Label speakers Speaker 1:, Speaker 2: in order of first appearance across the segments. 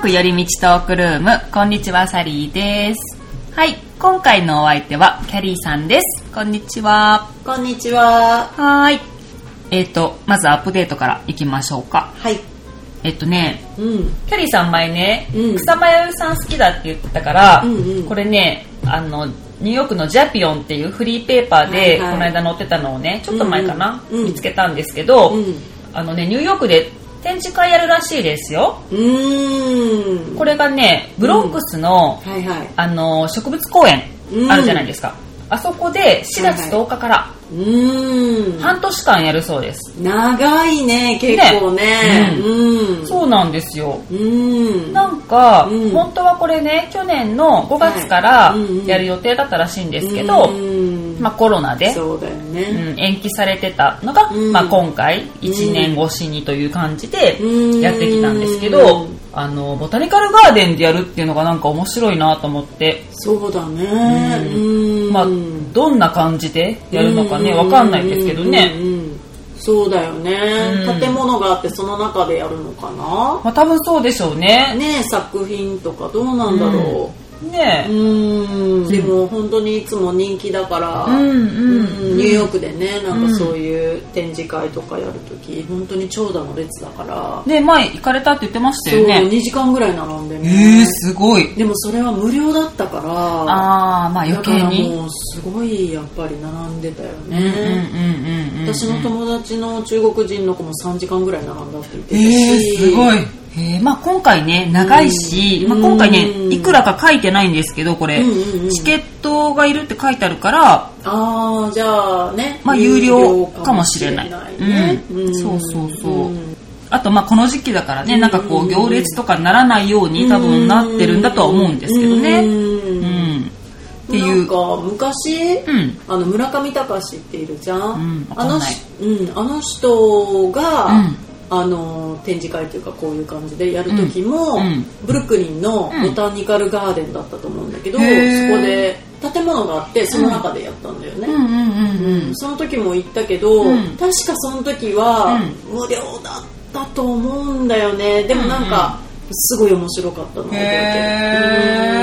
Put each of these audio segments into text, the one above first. Speaker 1: ク寄り道トークルームこんにちはサリーですはい今回のお相手はキャリーさんですこんにちは
Speaker 2: こんにちは。
Speaker 1: はーいえっ、とまずアップデートからいきましょうか
Speaker 2: はい。
Speaker 1: えっとね
Speaker 2: うん。
Speaker 1: キャリーさん前ね、
Speaker 2: うん
Speaker 1: 草間彌生さん好きだって言ってたから、
Speaker 2: うんうん
Speaker 1: これねあのニューヨークのジャピオンっていうフリーペーパーで、
Speaker 2: はいはい
Speaker 1: この間載ってたのをねちょっと前かな、
Speaker 2: うんうん
Speaker 1: 見つけたんですけど、
Speaker 2: うん。
Speaker 1: あのねニューヨークで展示会やるらしいですよ
Speaker 2: うーん。
Speaker 1: これがねブロンクスの、
Speaker 2: はいはい。
Speaker 1: あの植物公園
Speaker 2: うん
Speaker 1: あるじゃないですか、あそこで4月10日から
Speaker 2: うーん。
Speaker 1: 半年間やるそうです、
Speaker 2: 長いね、結構ね
Speaker 1: ね。
Speaker 2: うん。
Speaker 1: そうなんですよ
Speaker 2: うん。
Speaker 1: なんか、
Speaker 2: うん
Speaker 1: 本当はこれね去年の5月から
Speaker 2: はいうんうん
Speaker 1: やる予定だったらしいんですけど、
Speaker 2: うん
Speaker 1: まあ、コロナで、
Speaker 2: そうだよ
Speaker 1: う
Speaker 2: ね。
Speaker 1: ん延期されてたのが、
Speaker 2: うん
Speaker 1: まあ、今回1年越しにという感じで
Speaker 2: うん
Speaker 1: やってきたんですけど、
Speaker 2: うん
Speaker 1: あのボタニカルガーデンでやるっていうのがなんか面白いなと思って、
Speaker 2: そうだね。うん。
Speaker 1: まあ、どんな感じでやるのかね
Speaker 2: うん
Speaker 1: わかんないですけどね、
Speaker 2: うんうんそうだよね
Speaker 1: う。ん
Speaker 2: 建物があってその中でやるのかな
Speaker 1: まあ、多分そうでしょうね
Speaker 2: ねえ作品とかどうなんだろう。
Speaker 1: ね
Speaker 2: うーんでも本当にいつも人気だから、
Speaker 1: うんうん
Speaker 2: うんニューヨークでねなんかそういう展示会とかやるとき、本当に長蛇の列だから、
Speaker 1: で前行かれたって言ってました
Speaker 2: そう
Speaker 1: よね
Speaker 2: 2時間ぐらい並んで
Speaker 1: え
Speaker 2: ね
Speaker 1: ー、、すごい
Speaker 2: でもそれは無料だったから
Speaker 1: ああまあ余
Speaker 2: だか
Speaker 1: 計
Speaker 2: ら
Speaker 1: に
Speaker 2: もうすごいやっぱり並んでたよ
Speaker 1: うんうんうんうん
Speaker 2: ね、
Speaker 1: うん
Speaker 2: 私の友達の中国人の子も3時間ぐらい並んだって言って
Speaker 1: え
Speaker 2: たし、
Speaker 1: ー、すごい。えーまあ、今回ね、長いし、
Speaker 2: うん
Speaker 1: まあ、今回
Speaker 2: う
Speaker 1: ね、
Speaker 2: ん
Speaker 1: いくらか書いてないんですけど、これ、
Speaker 2: うんうんうん
Speaker 1: チケットがいるって書いてあるから、
Speaker 2: ああじゃあね
Speaker 1: まあ、有料かもしれない。
Speaker 2: 有料かもしれないね
Speaker 1: うん
Speaker 2: ん
Speaker 1: そうそうそう。
Speaker 2: ん
Speaker 1: あと、まあ、この時期だからね、なんかこ
Speaker 2: う
Speaker 1: う、
Speaker 2: ん
Speaker 1: 行列とかにならないように多分なってるんだとは思うんですけどね。う
Speaker 2: うん
Speaker 1: ん。ってい
Speaker 2: なん
Speaker 1: う。
Speaker 2: か昔、
Speaker 1: うん。
Speaker 2: あの村上隆っているじゃん、
Speaker 1: うんわか
Speaker 2: あ
Speaker 1: んない
Speaker 2: のしうん、あの人が、
Speaker 1: うん
Speaker 2: あの展示会というかこういう感じでやる時も、
Speaker 1: うんうん
Speaker 2: ブルックリンの
Speaker 1: うん
Speaker 2: ボタニカルガーデンだったと思うんだけど、
Speaker 1: へ
Speaker 2: そこ
Speaker 1: ー
Speaker 2: で建物があってその中でやったんだよね、
Speaker 1: うんうんうんうん。
Speaker 2: その時も行ったけど、
Speaker 1: うん
Speaker 2: 確かその時は無料だったと思うんだよねでもなんか、すごい面白かったの覚
Speaker 1: へ
Speaker 2: え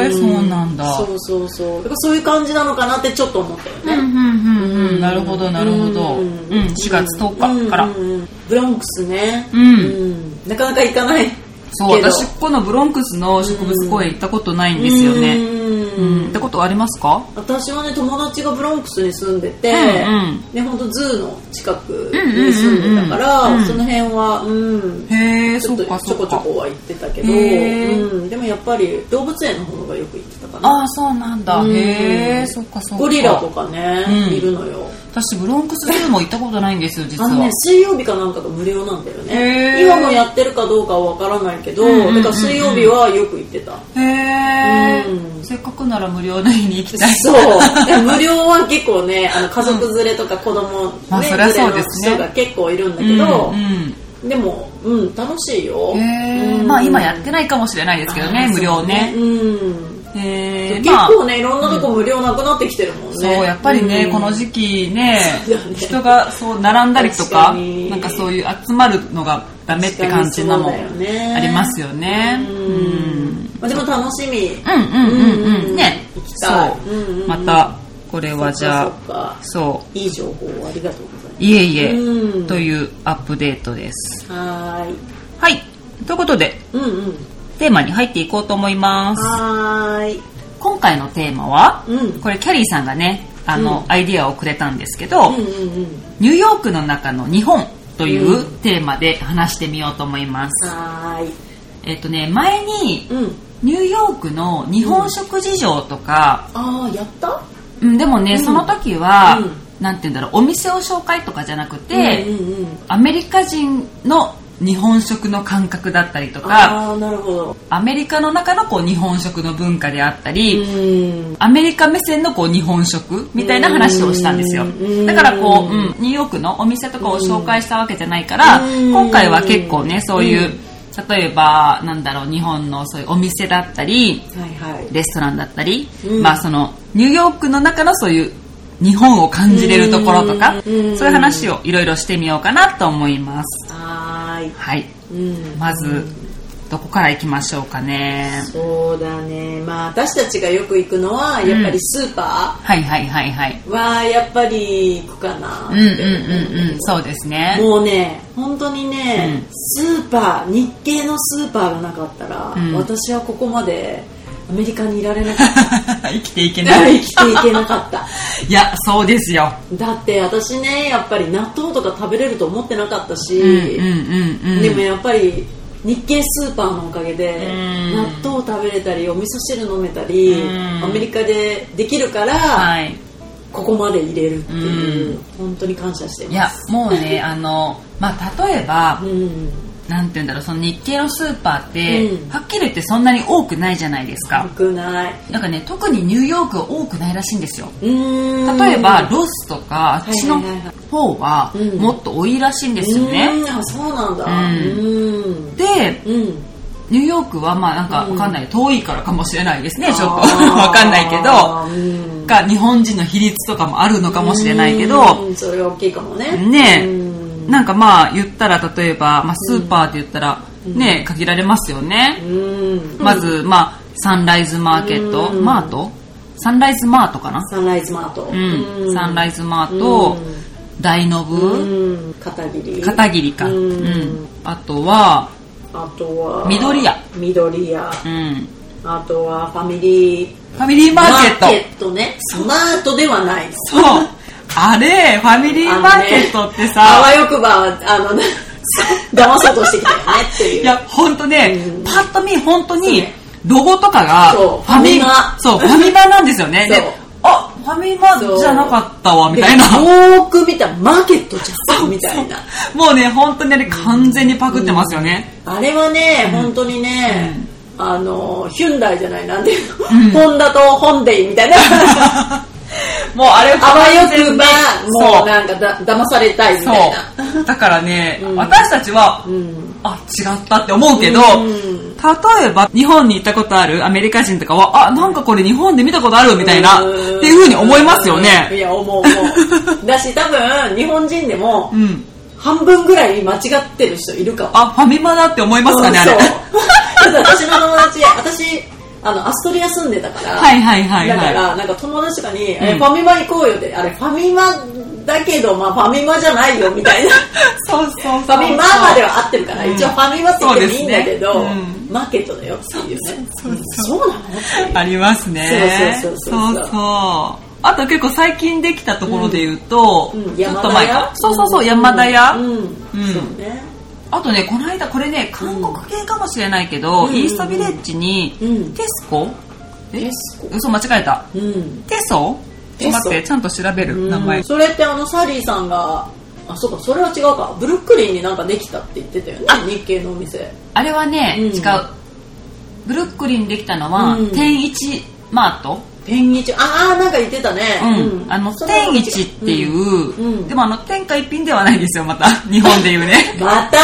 Speaker 1: ー
Speaker 2: てる
Speaker 1: そうなんだ
Speaker 2: そうそうそうだからそういう感じなのかなってちょっと思ったよ
Speaker 1: うんう
Speaker 2: ね、
Speaker 1: んうんうん。なるほど、なるほど。うん、4月10日から。
Speaker 2: うんうんうんブロンクスね、
Speaker 1: うん
Speaker 2: んなかなか行かない
Speaker 1: そう、
Speaker 2: けど
Speaker 1: 私、このブロンクスの植物公園行ったことないんですよね。う
Speaker 2: うん
Speaker 1: ん、ってことはありますか
Speaker 2: 私はね友達がブロンクスに住んでて、
Speaker 1: うん
Speaker 2: ねほんとズーの近くに住んでたから、
Speaker 1: うんうんうんうん
Speaker 2: その辺はうん
Speaker 1: へえ、
Speaker 2: ち
Speaker 1: そ
Speaker 2: ょっ
Speaker 1: う
Speaker 2: と
Speaker 1: か、
Speaker 2: ち
Speaker 1: そ
Speaker 2: ょこ
Speaker 1: う
Speaker 2: ちょ
Speaker 1: か。
Speaker 2: こは行ってたけど、
Speaker 1: へー
Speaker 2: うん、でもやっぱり動物園の方がよく行ってたかな
Speaker 1: ああ、そうなんだ。
Speaker 2: うん
Speaker 1: へえ、そっか、そっか。
Speaker 2: ゴリラとかね、
Speaker 1: うん
Speaker 2: いるのよ
Speaker 1: 私、ブロンクスズーも行ったことないんですよ、実
Speaker 2: あの
Speaker 1: は
Speaker 2: ね。水曜日かなんかが無料なんだよ
Speaker 1: へー
Speaker 2: ね今もやってるかどうかはわからないけど、
Speaker 1: うんうんうんうん
Speaker 2: だから水曜日はよく行ってた、
Speaker 1: へ
Speaker 2: う
Speaker 1: え、せっかくなら無料でに行きたい。
Speaker 2: そうで無料は結構ねあの家族連れとか子供、ね
Speaker 1: まあそりゃそうですね
Speaker 2: 連れの人が結構いるんだ
Speaker 1: う
Speaker 2: け
Speaker 1: ん
Speaker 2: ど、
Speaker 1: う
Speaker 2: でもうん楽しいよ
Speaker 1: ん。へ
Speaker 2: う
Speaker 1: え、
Speaker 2: ん
Speaker 1: まあ今やってないかもしれないですけどね、無料ね。
Speaker 2: うん
Speaker 1: へえ、
Speaker 2: 結
Speaker 1: まあ。
Speaker 2: 構ねいろんなとこ無料なくなってきてるもんね、
Speaker 1: そうやっぱりね、
Speaker 2: うん
Speaker 1: この時期ね
Speaker 2: そうだね
Speaker 1: 人がそう並んだりとか
Speaker 2: 確かに
Speaker 1: なんかそういう集まるのがダメって感じなのも
Speaker 2: 確かにそうだよね
Speaker 1: ありますよね
Speaker 2: う
Speaker 1: うんん
Speaker 2: まあ、でも楽しみ
Speaker 1: うんうんうんうんね
Speaker 2: 行き
Speaker 1: そ、
Speaker 2: たいううんうんうん
Speaker 1: またこれはじゃ
Speaker 2: そっかそっ
Speaker 1: あ
Speaker 2: か
Speaker 1: そう
Speaker 2: いい情報をありがとうござい
Speaker 1: いえいえ
Speaker 2: うん
Speaker 1: というアップデートです
Speaker 2: ますはーい
Speaker 1: はいということで
Speaker 2: うんうん
Speaker 1: テーマに入っていこうと思います
Speaker 2: はーい
Speaker 1: 今回のテーマは、
Speaker 2: うん
Speaker 1: これキャリーさんがねあの、アイディアをくれたんですけど、
Speaker 2: うんうんうん
Speaker 1: ニューヨークの中の日本という
Speaker 2: う
Speaker 1: テーマで話してみようと思います。
Speaker 2: はーい
Speaker 1: えっとね、前に
Speaker 2: うん
Speaker 1: ニューヨークの日本食事情とか、
Speaker 2: ああやった
Speaker 1: うん、でもね、
Speaker 2: うん
Speaker 1: その時は、
Speaker 2: う
Speaker 1: なんて言うんだろう、お店を紹介とかじゃなくて、
Speaker 2: うんうんうん、
Speaker 1: アメリカ人の日本食の感覚だったりとか、
Speaker 2: ああなるほど
Speaker 1: アメリカの中のこう日本食の文化であったり、
Speaker 2: うん
Speaker 1: アメリカ目線のこう日本食みたいな話をしたんですよ
Speaker 2: うん
Speaker 1: だからこう、うん、ニューヨークのお店とかを紹介したわけじゃないから
Speaker 2: うん
Speaker 1: 今回は結構ねそういうう例えばなんだろう日本のそういうお店だったり
Speaker 2: はいはい
Speaker 1: レストランだったり、
Speaker 2: うん
Speaker 1: まあそのニューヨークの中のそういう日本を感じれるところとか
Speaker 2: うん
Speaker 1: そういう話をいろいろしてみようかなと思います
Speaker 2: はーい
Speaker 1: はい
Speaker 2: うん
Speaker 1: まずどこから行きましょうかね
Speaker 2: そうだねまあ私たちがよく行くのはやっぱりスーパ
Speaker 1: はいはいはいはい
Speaker 2: ーはやっぱり行くかなっ
Speaker 1: う
Speaker 2: て
Speaker 1: んうんうんうんそうですね
Speaker 2: もうね本当にね、
Speaker 1: う
Speaker 2: スーパー日系のスーパーがなかったら、
Speaker 1: うん
Speaker 2: 私はここまでアメリカにいられなかっ た
Speaker 1: 生きていけない
Speaker 2: 生きていけなかった
Speaker 1: いやそうですよ
Speaker 2: だって私ねやっぱり納豆とか食べれると思ってなかったし、
Speaker 1: うんうんうんうん
Speaker 2: でもやっぱり日系スーパーのおかげで
Speaker 1: ん
Speaker 2: 納豆を食べれたりお味噌汁飲めたり
Speaker 1: うん
Speaker 2: アメリカでできるから、
Speaker 1: はい
Speaker 2: ここまで入れるっていう、
Speaker 1: う
Speaker 2: 本当に感謝して
Speaker 1: い
Speaker 2: ま
Speaker 1: や
Speaker 2: す
Speaker 1: もう ねあのまあ例えば
Speaker 2: うん
Speaker 1: なんて言うんだろうその日系のスーパーって、
Speaker 2: うん
Speaker 1: はっきり言ってそんなに多くないじゃないですか
Speaker 2: よくない
Speaker 1: なんかね特にニューヨークは多くないらしいんですよ
Speaker 2: うん
Speaker 1: 例えばロスとかあっちの
Speaker 2: はいはいはいはい
Speaker 1: 方は
Speaker 2: うん
Speaker 1: もっと多いらしいんですよね、
Speaker 2: うんあそうなんだ
Speaker 1: う
Speaker 2: うん
Speaker 1: で
Speaker 2: うん
Speaker 1: ニューヨークはまあなんかわかんない、遠いからかもしれないですねちょっと
Speaker 2: あ ー
Speaker 1: わかんないけど
Speaker 2: うん
Speaker 1: が日本人の比率とかもあるのかもしれないけ
Speaker 2: う
Speaker 1: ど
Speaker 2: んそれは大きいかもね
Speaker 1: ねえ
Speaker 2: うん
Speaker 1: なんかまあ言ったら例えば、まあ、スーパーって言ったらね限られますよね、
Speaker 2: うん
Speaker 1: まずまあサンライズマーケット、
Speaker 2: うん
Speaker 1: マートサンライズマートかな
Speaker 2: サンライズマート
Speaker 1: うん、サンライズマー
Speaker 2: う
Speaker 1: ト、大ノブ、
Speaker 2: うん片桐
Speaker 1: 片桐か、う
Speaker 2: うんん
Speaker 1: あとは、
Speaker 2: あとは
Speaker 1: 緑屋
Speaker 2: 緑屋
Speaker 1: うん、
Speaker 2: あとはファミリー
Speaker 1: ファミリーマーケット
Speaker 2: マーケットねマートではないの
Speaker 1: そうあれファミリーマーケットって
Speaker 2: あ
Speaker 1: さ、
Speaker 2: わよくばあの 騙そうとしてきたよねっていう
Speaker 1: いやほんとね、
Speaker 2: うん
Speaker 1: パッと見ほんとに
Speaker 2: そうね
Speaker 1: ロゴとかが
Speaker 2: そう
Speaker 1: ファミ
Speaker 2: ファミマ
Speaker 1: そうファミマなんですよねで
Speaker 2: そう
Speaker 1: あファミマじゃなかったわみたい な
Speaker 2: でよーく見たらマーケットじゃんみたいな
Speaker 1: もうねほんとにあれ完全にパクってますよね、
Speaker 2: あれはね、本当にね、あのヒュンダイじゃないなんていうの、ホンダとホンデイみた いな
Speaker 1: もうあれ
Speaker 2: あわよ
Speaker 1: 完全
Speaker 2: く
Speaker 1: に
Speaker 2: ば
Speaker 1: そ
Speaker 2: も
Speaker 1: う
Speaker 2: うなんかだ騙されたいみたいな
Speaker 1: そうだからね、
Speaker 2: うん
Speaker 1: 私たちは、
Speaker 2: うん
Speaker 1: あ違ったって思うけど、
Speaker 2: うん
Speaker 1: 例えば日本に行ったことあるアメリカ人とかはあなんかこれ日本で見たことあるみたいなって
Speaker 2: うん
Speaker 1: いうふうに思いますよ
Speaker 2: うんい
Speaker 1: ね
Speaker 2: や思う思うだし多分日本人でも
Speaker 1: うん
Speaker 2: 半分ぐらい間違ってる人いるかも
Speaker 1: あファミマだって思いますかねあれ
Speaker 2: うん
Speaker 1: は
Speaker 2: そうだって私の友達私あのアストリア住んでたから
Speaker 1: いはいはい
Speaker 2: だか
Speaker 1: は
Speaker 2: ら、なんか友達とかに、
Speaker 1: ん
Speaker 2: えファミマ行こうよって、あれ、ファミマだけど、まあ、ファミマじゃないよみたい
Speaker 1: い
Speaker 2: な。
Speaker 1: そうそうそう
Speaker 2: ファミマまでは合ってるから、
Speaker 1: うん
Speaker 2: 一応ファミマって言ってもいいんだけ
Speaker 1: そう
Speaker 2: ど、
Speaker 1: ですね
Speaker 2: マーケットだよっていうね。そうなの
Speaker 1: ありますね
Speaker 2: そうそうそうそ
Speaker 1: そ
Speaker 2: う
Speaker 1: うそうあと結構最近できたところで言うと、
Speaker 2: うん、
Speaker 1: ちょっと
Speaker 2: 山
Speaker 1: 前
Speaker 2: 田
Speaker 1: か
Speaker 2: 屋
Speaker 1: そうそうそう、
Speaker 2: ん
Speaker 1: 山田屋、
Speaker 2: うん。うん
Speaker 1: うん
Speaker 2: そうね。
Speaker 1: あとねこの間これね韓国系かもしれないけど、
Speaker 2: うん
Speaker 1: イーストビレッジに、
Speaker 2: うん
Speaker 1: テスコえ
Speaker 2: テスコ
Speaker 1: 嘘間違えた
Speaker 2: うん。
Speaker 1: テソちょっと待っ
Speaker 2: テ
Speaker 1: てちゃんと調べる、名前
Speaker 2: それってあの、サリーさんが、あ、そうか、それは違うか。ブルックリンになんかできたって言ってたよね、日系のお店。
Speaker 1: あれはね、
Speaker 2: うん
Speaker 1: 違うブルックリンできたのは、
Speaker 2: うん
Speaker 1: 天一マート
Speaker 2: 天一、ああ、なんか言ってたね。
Speaker 1: うん、あの
Speaker 2: それは
Speaker 1: 天一っていう、
Speaker 2: うんうん
Speaker 1: でもあの天下一品ではないんですよまた 日本でいう ね
Speaker 2: また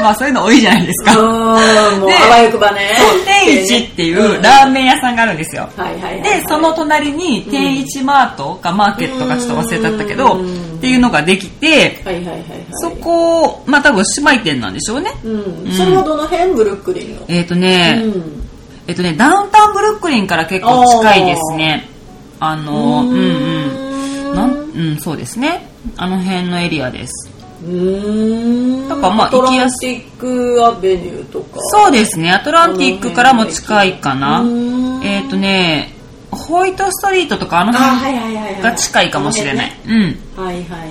Speaker 1: まあそういうの多いじゃないですか、
Speaker 2: うーん、もう
Speaker 1: で
Speaker 2: あわよくばね。
Speaker 1: 天一ってい
Speaker 2: ん
Speaker 1: うラーメン屋さんがあるんですよ、
Speaker 2: はいはいはいはい。
Speaker 1: でその隣に天一マートかマーケットかちょっと忘れちゃったけど
Speaker 2: う
Speaker 1: っ
Speaker 2: ん
Speaker 1: ていうのができて
Speaker 2: はいはいはいはい。
Speaker 1: そ。こまあ多分姉妹店なんでしょうね
Speaker 2: うんん。それはどの辺ブルックリンの。
Speaker 1: えっ、とね、
Speaker 2: うん。
Speaker 1: えっとねダウンタウンブルックリンから結構近いですねあのうんうんなんうんそうですねあの辺のエリアです
Speaker 2: うーん。
Speaker 1: だからまあ
Speaker 2: アト
Speaker 1: 行き
Speaker 2: ラ
Speaker 1: や
Speaker 2: ン
Speaker 1: す
Speaker 2: ティックアベニューとか。
Speaker 1: そうですねアトランティックからも近いかな
Speaker 2: うん
Speaker 1: えっ、とねホイトストリートとかあの
Speaker 2: あ、
Speaker 1: 辺
Speaker 2: はいはいはいはい。
Speaker 1: が近いかもしれない、
Speaker 2: こ
Speaker 1: うん
Speaker 2: の辺ね。はいはいはいはい。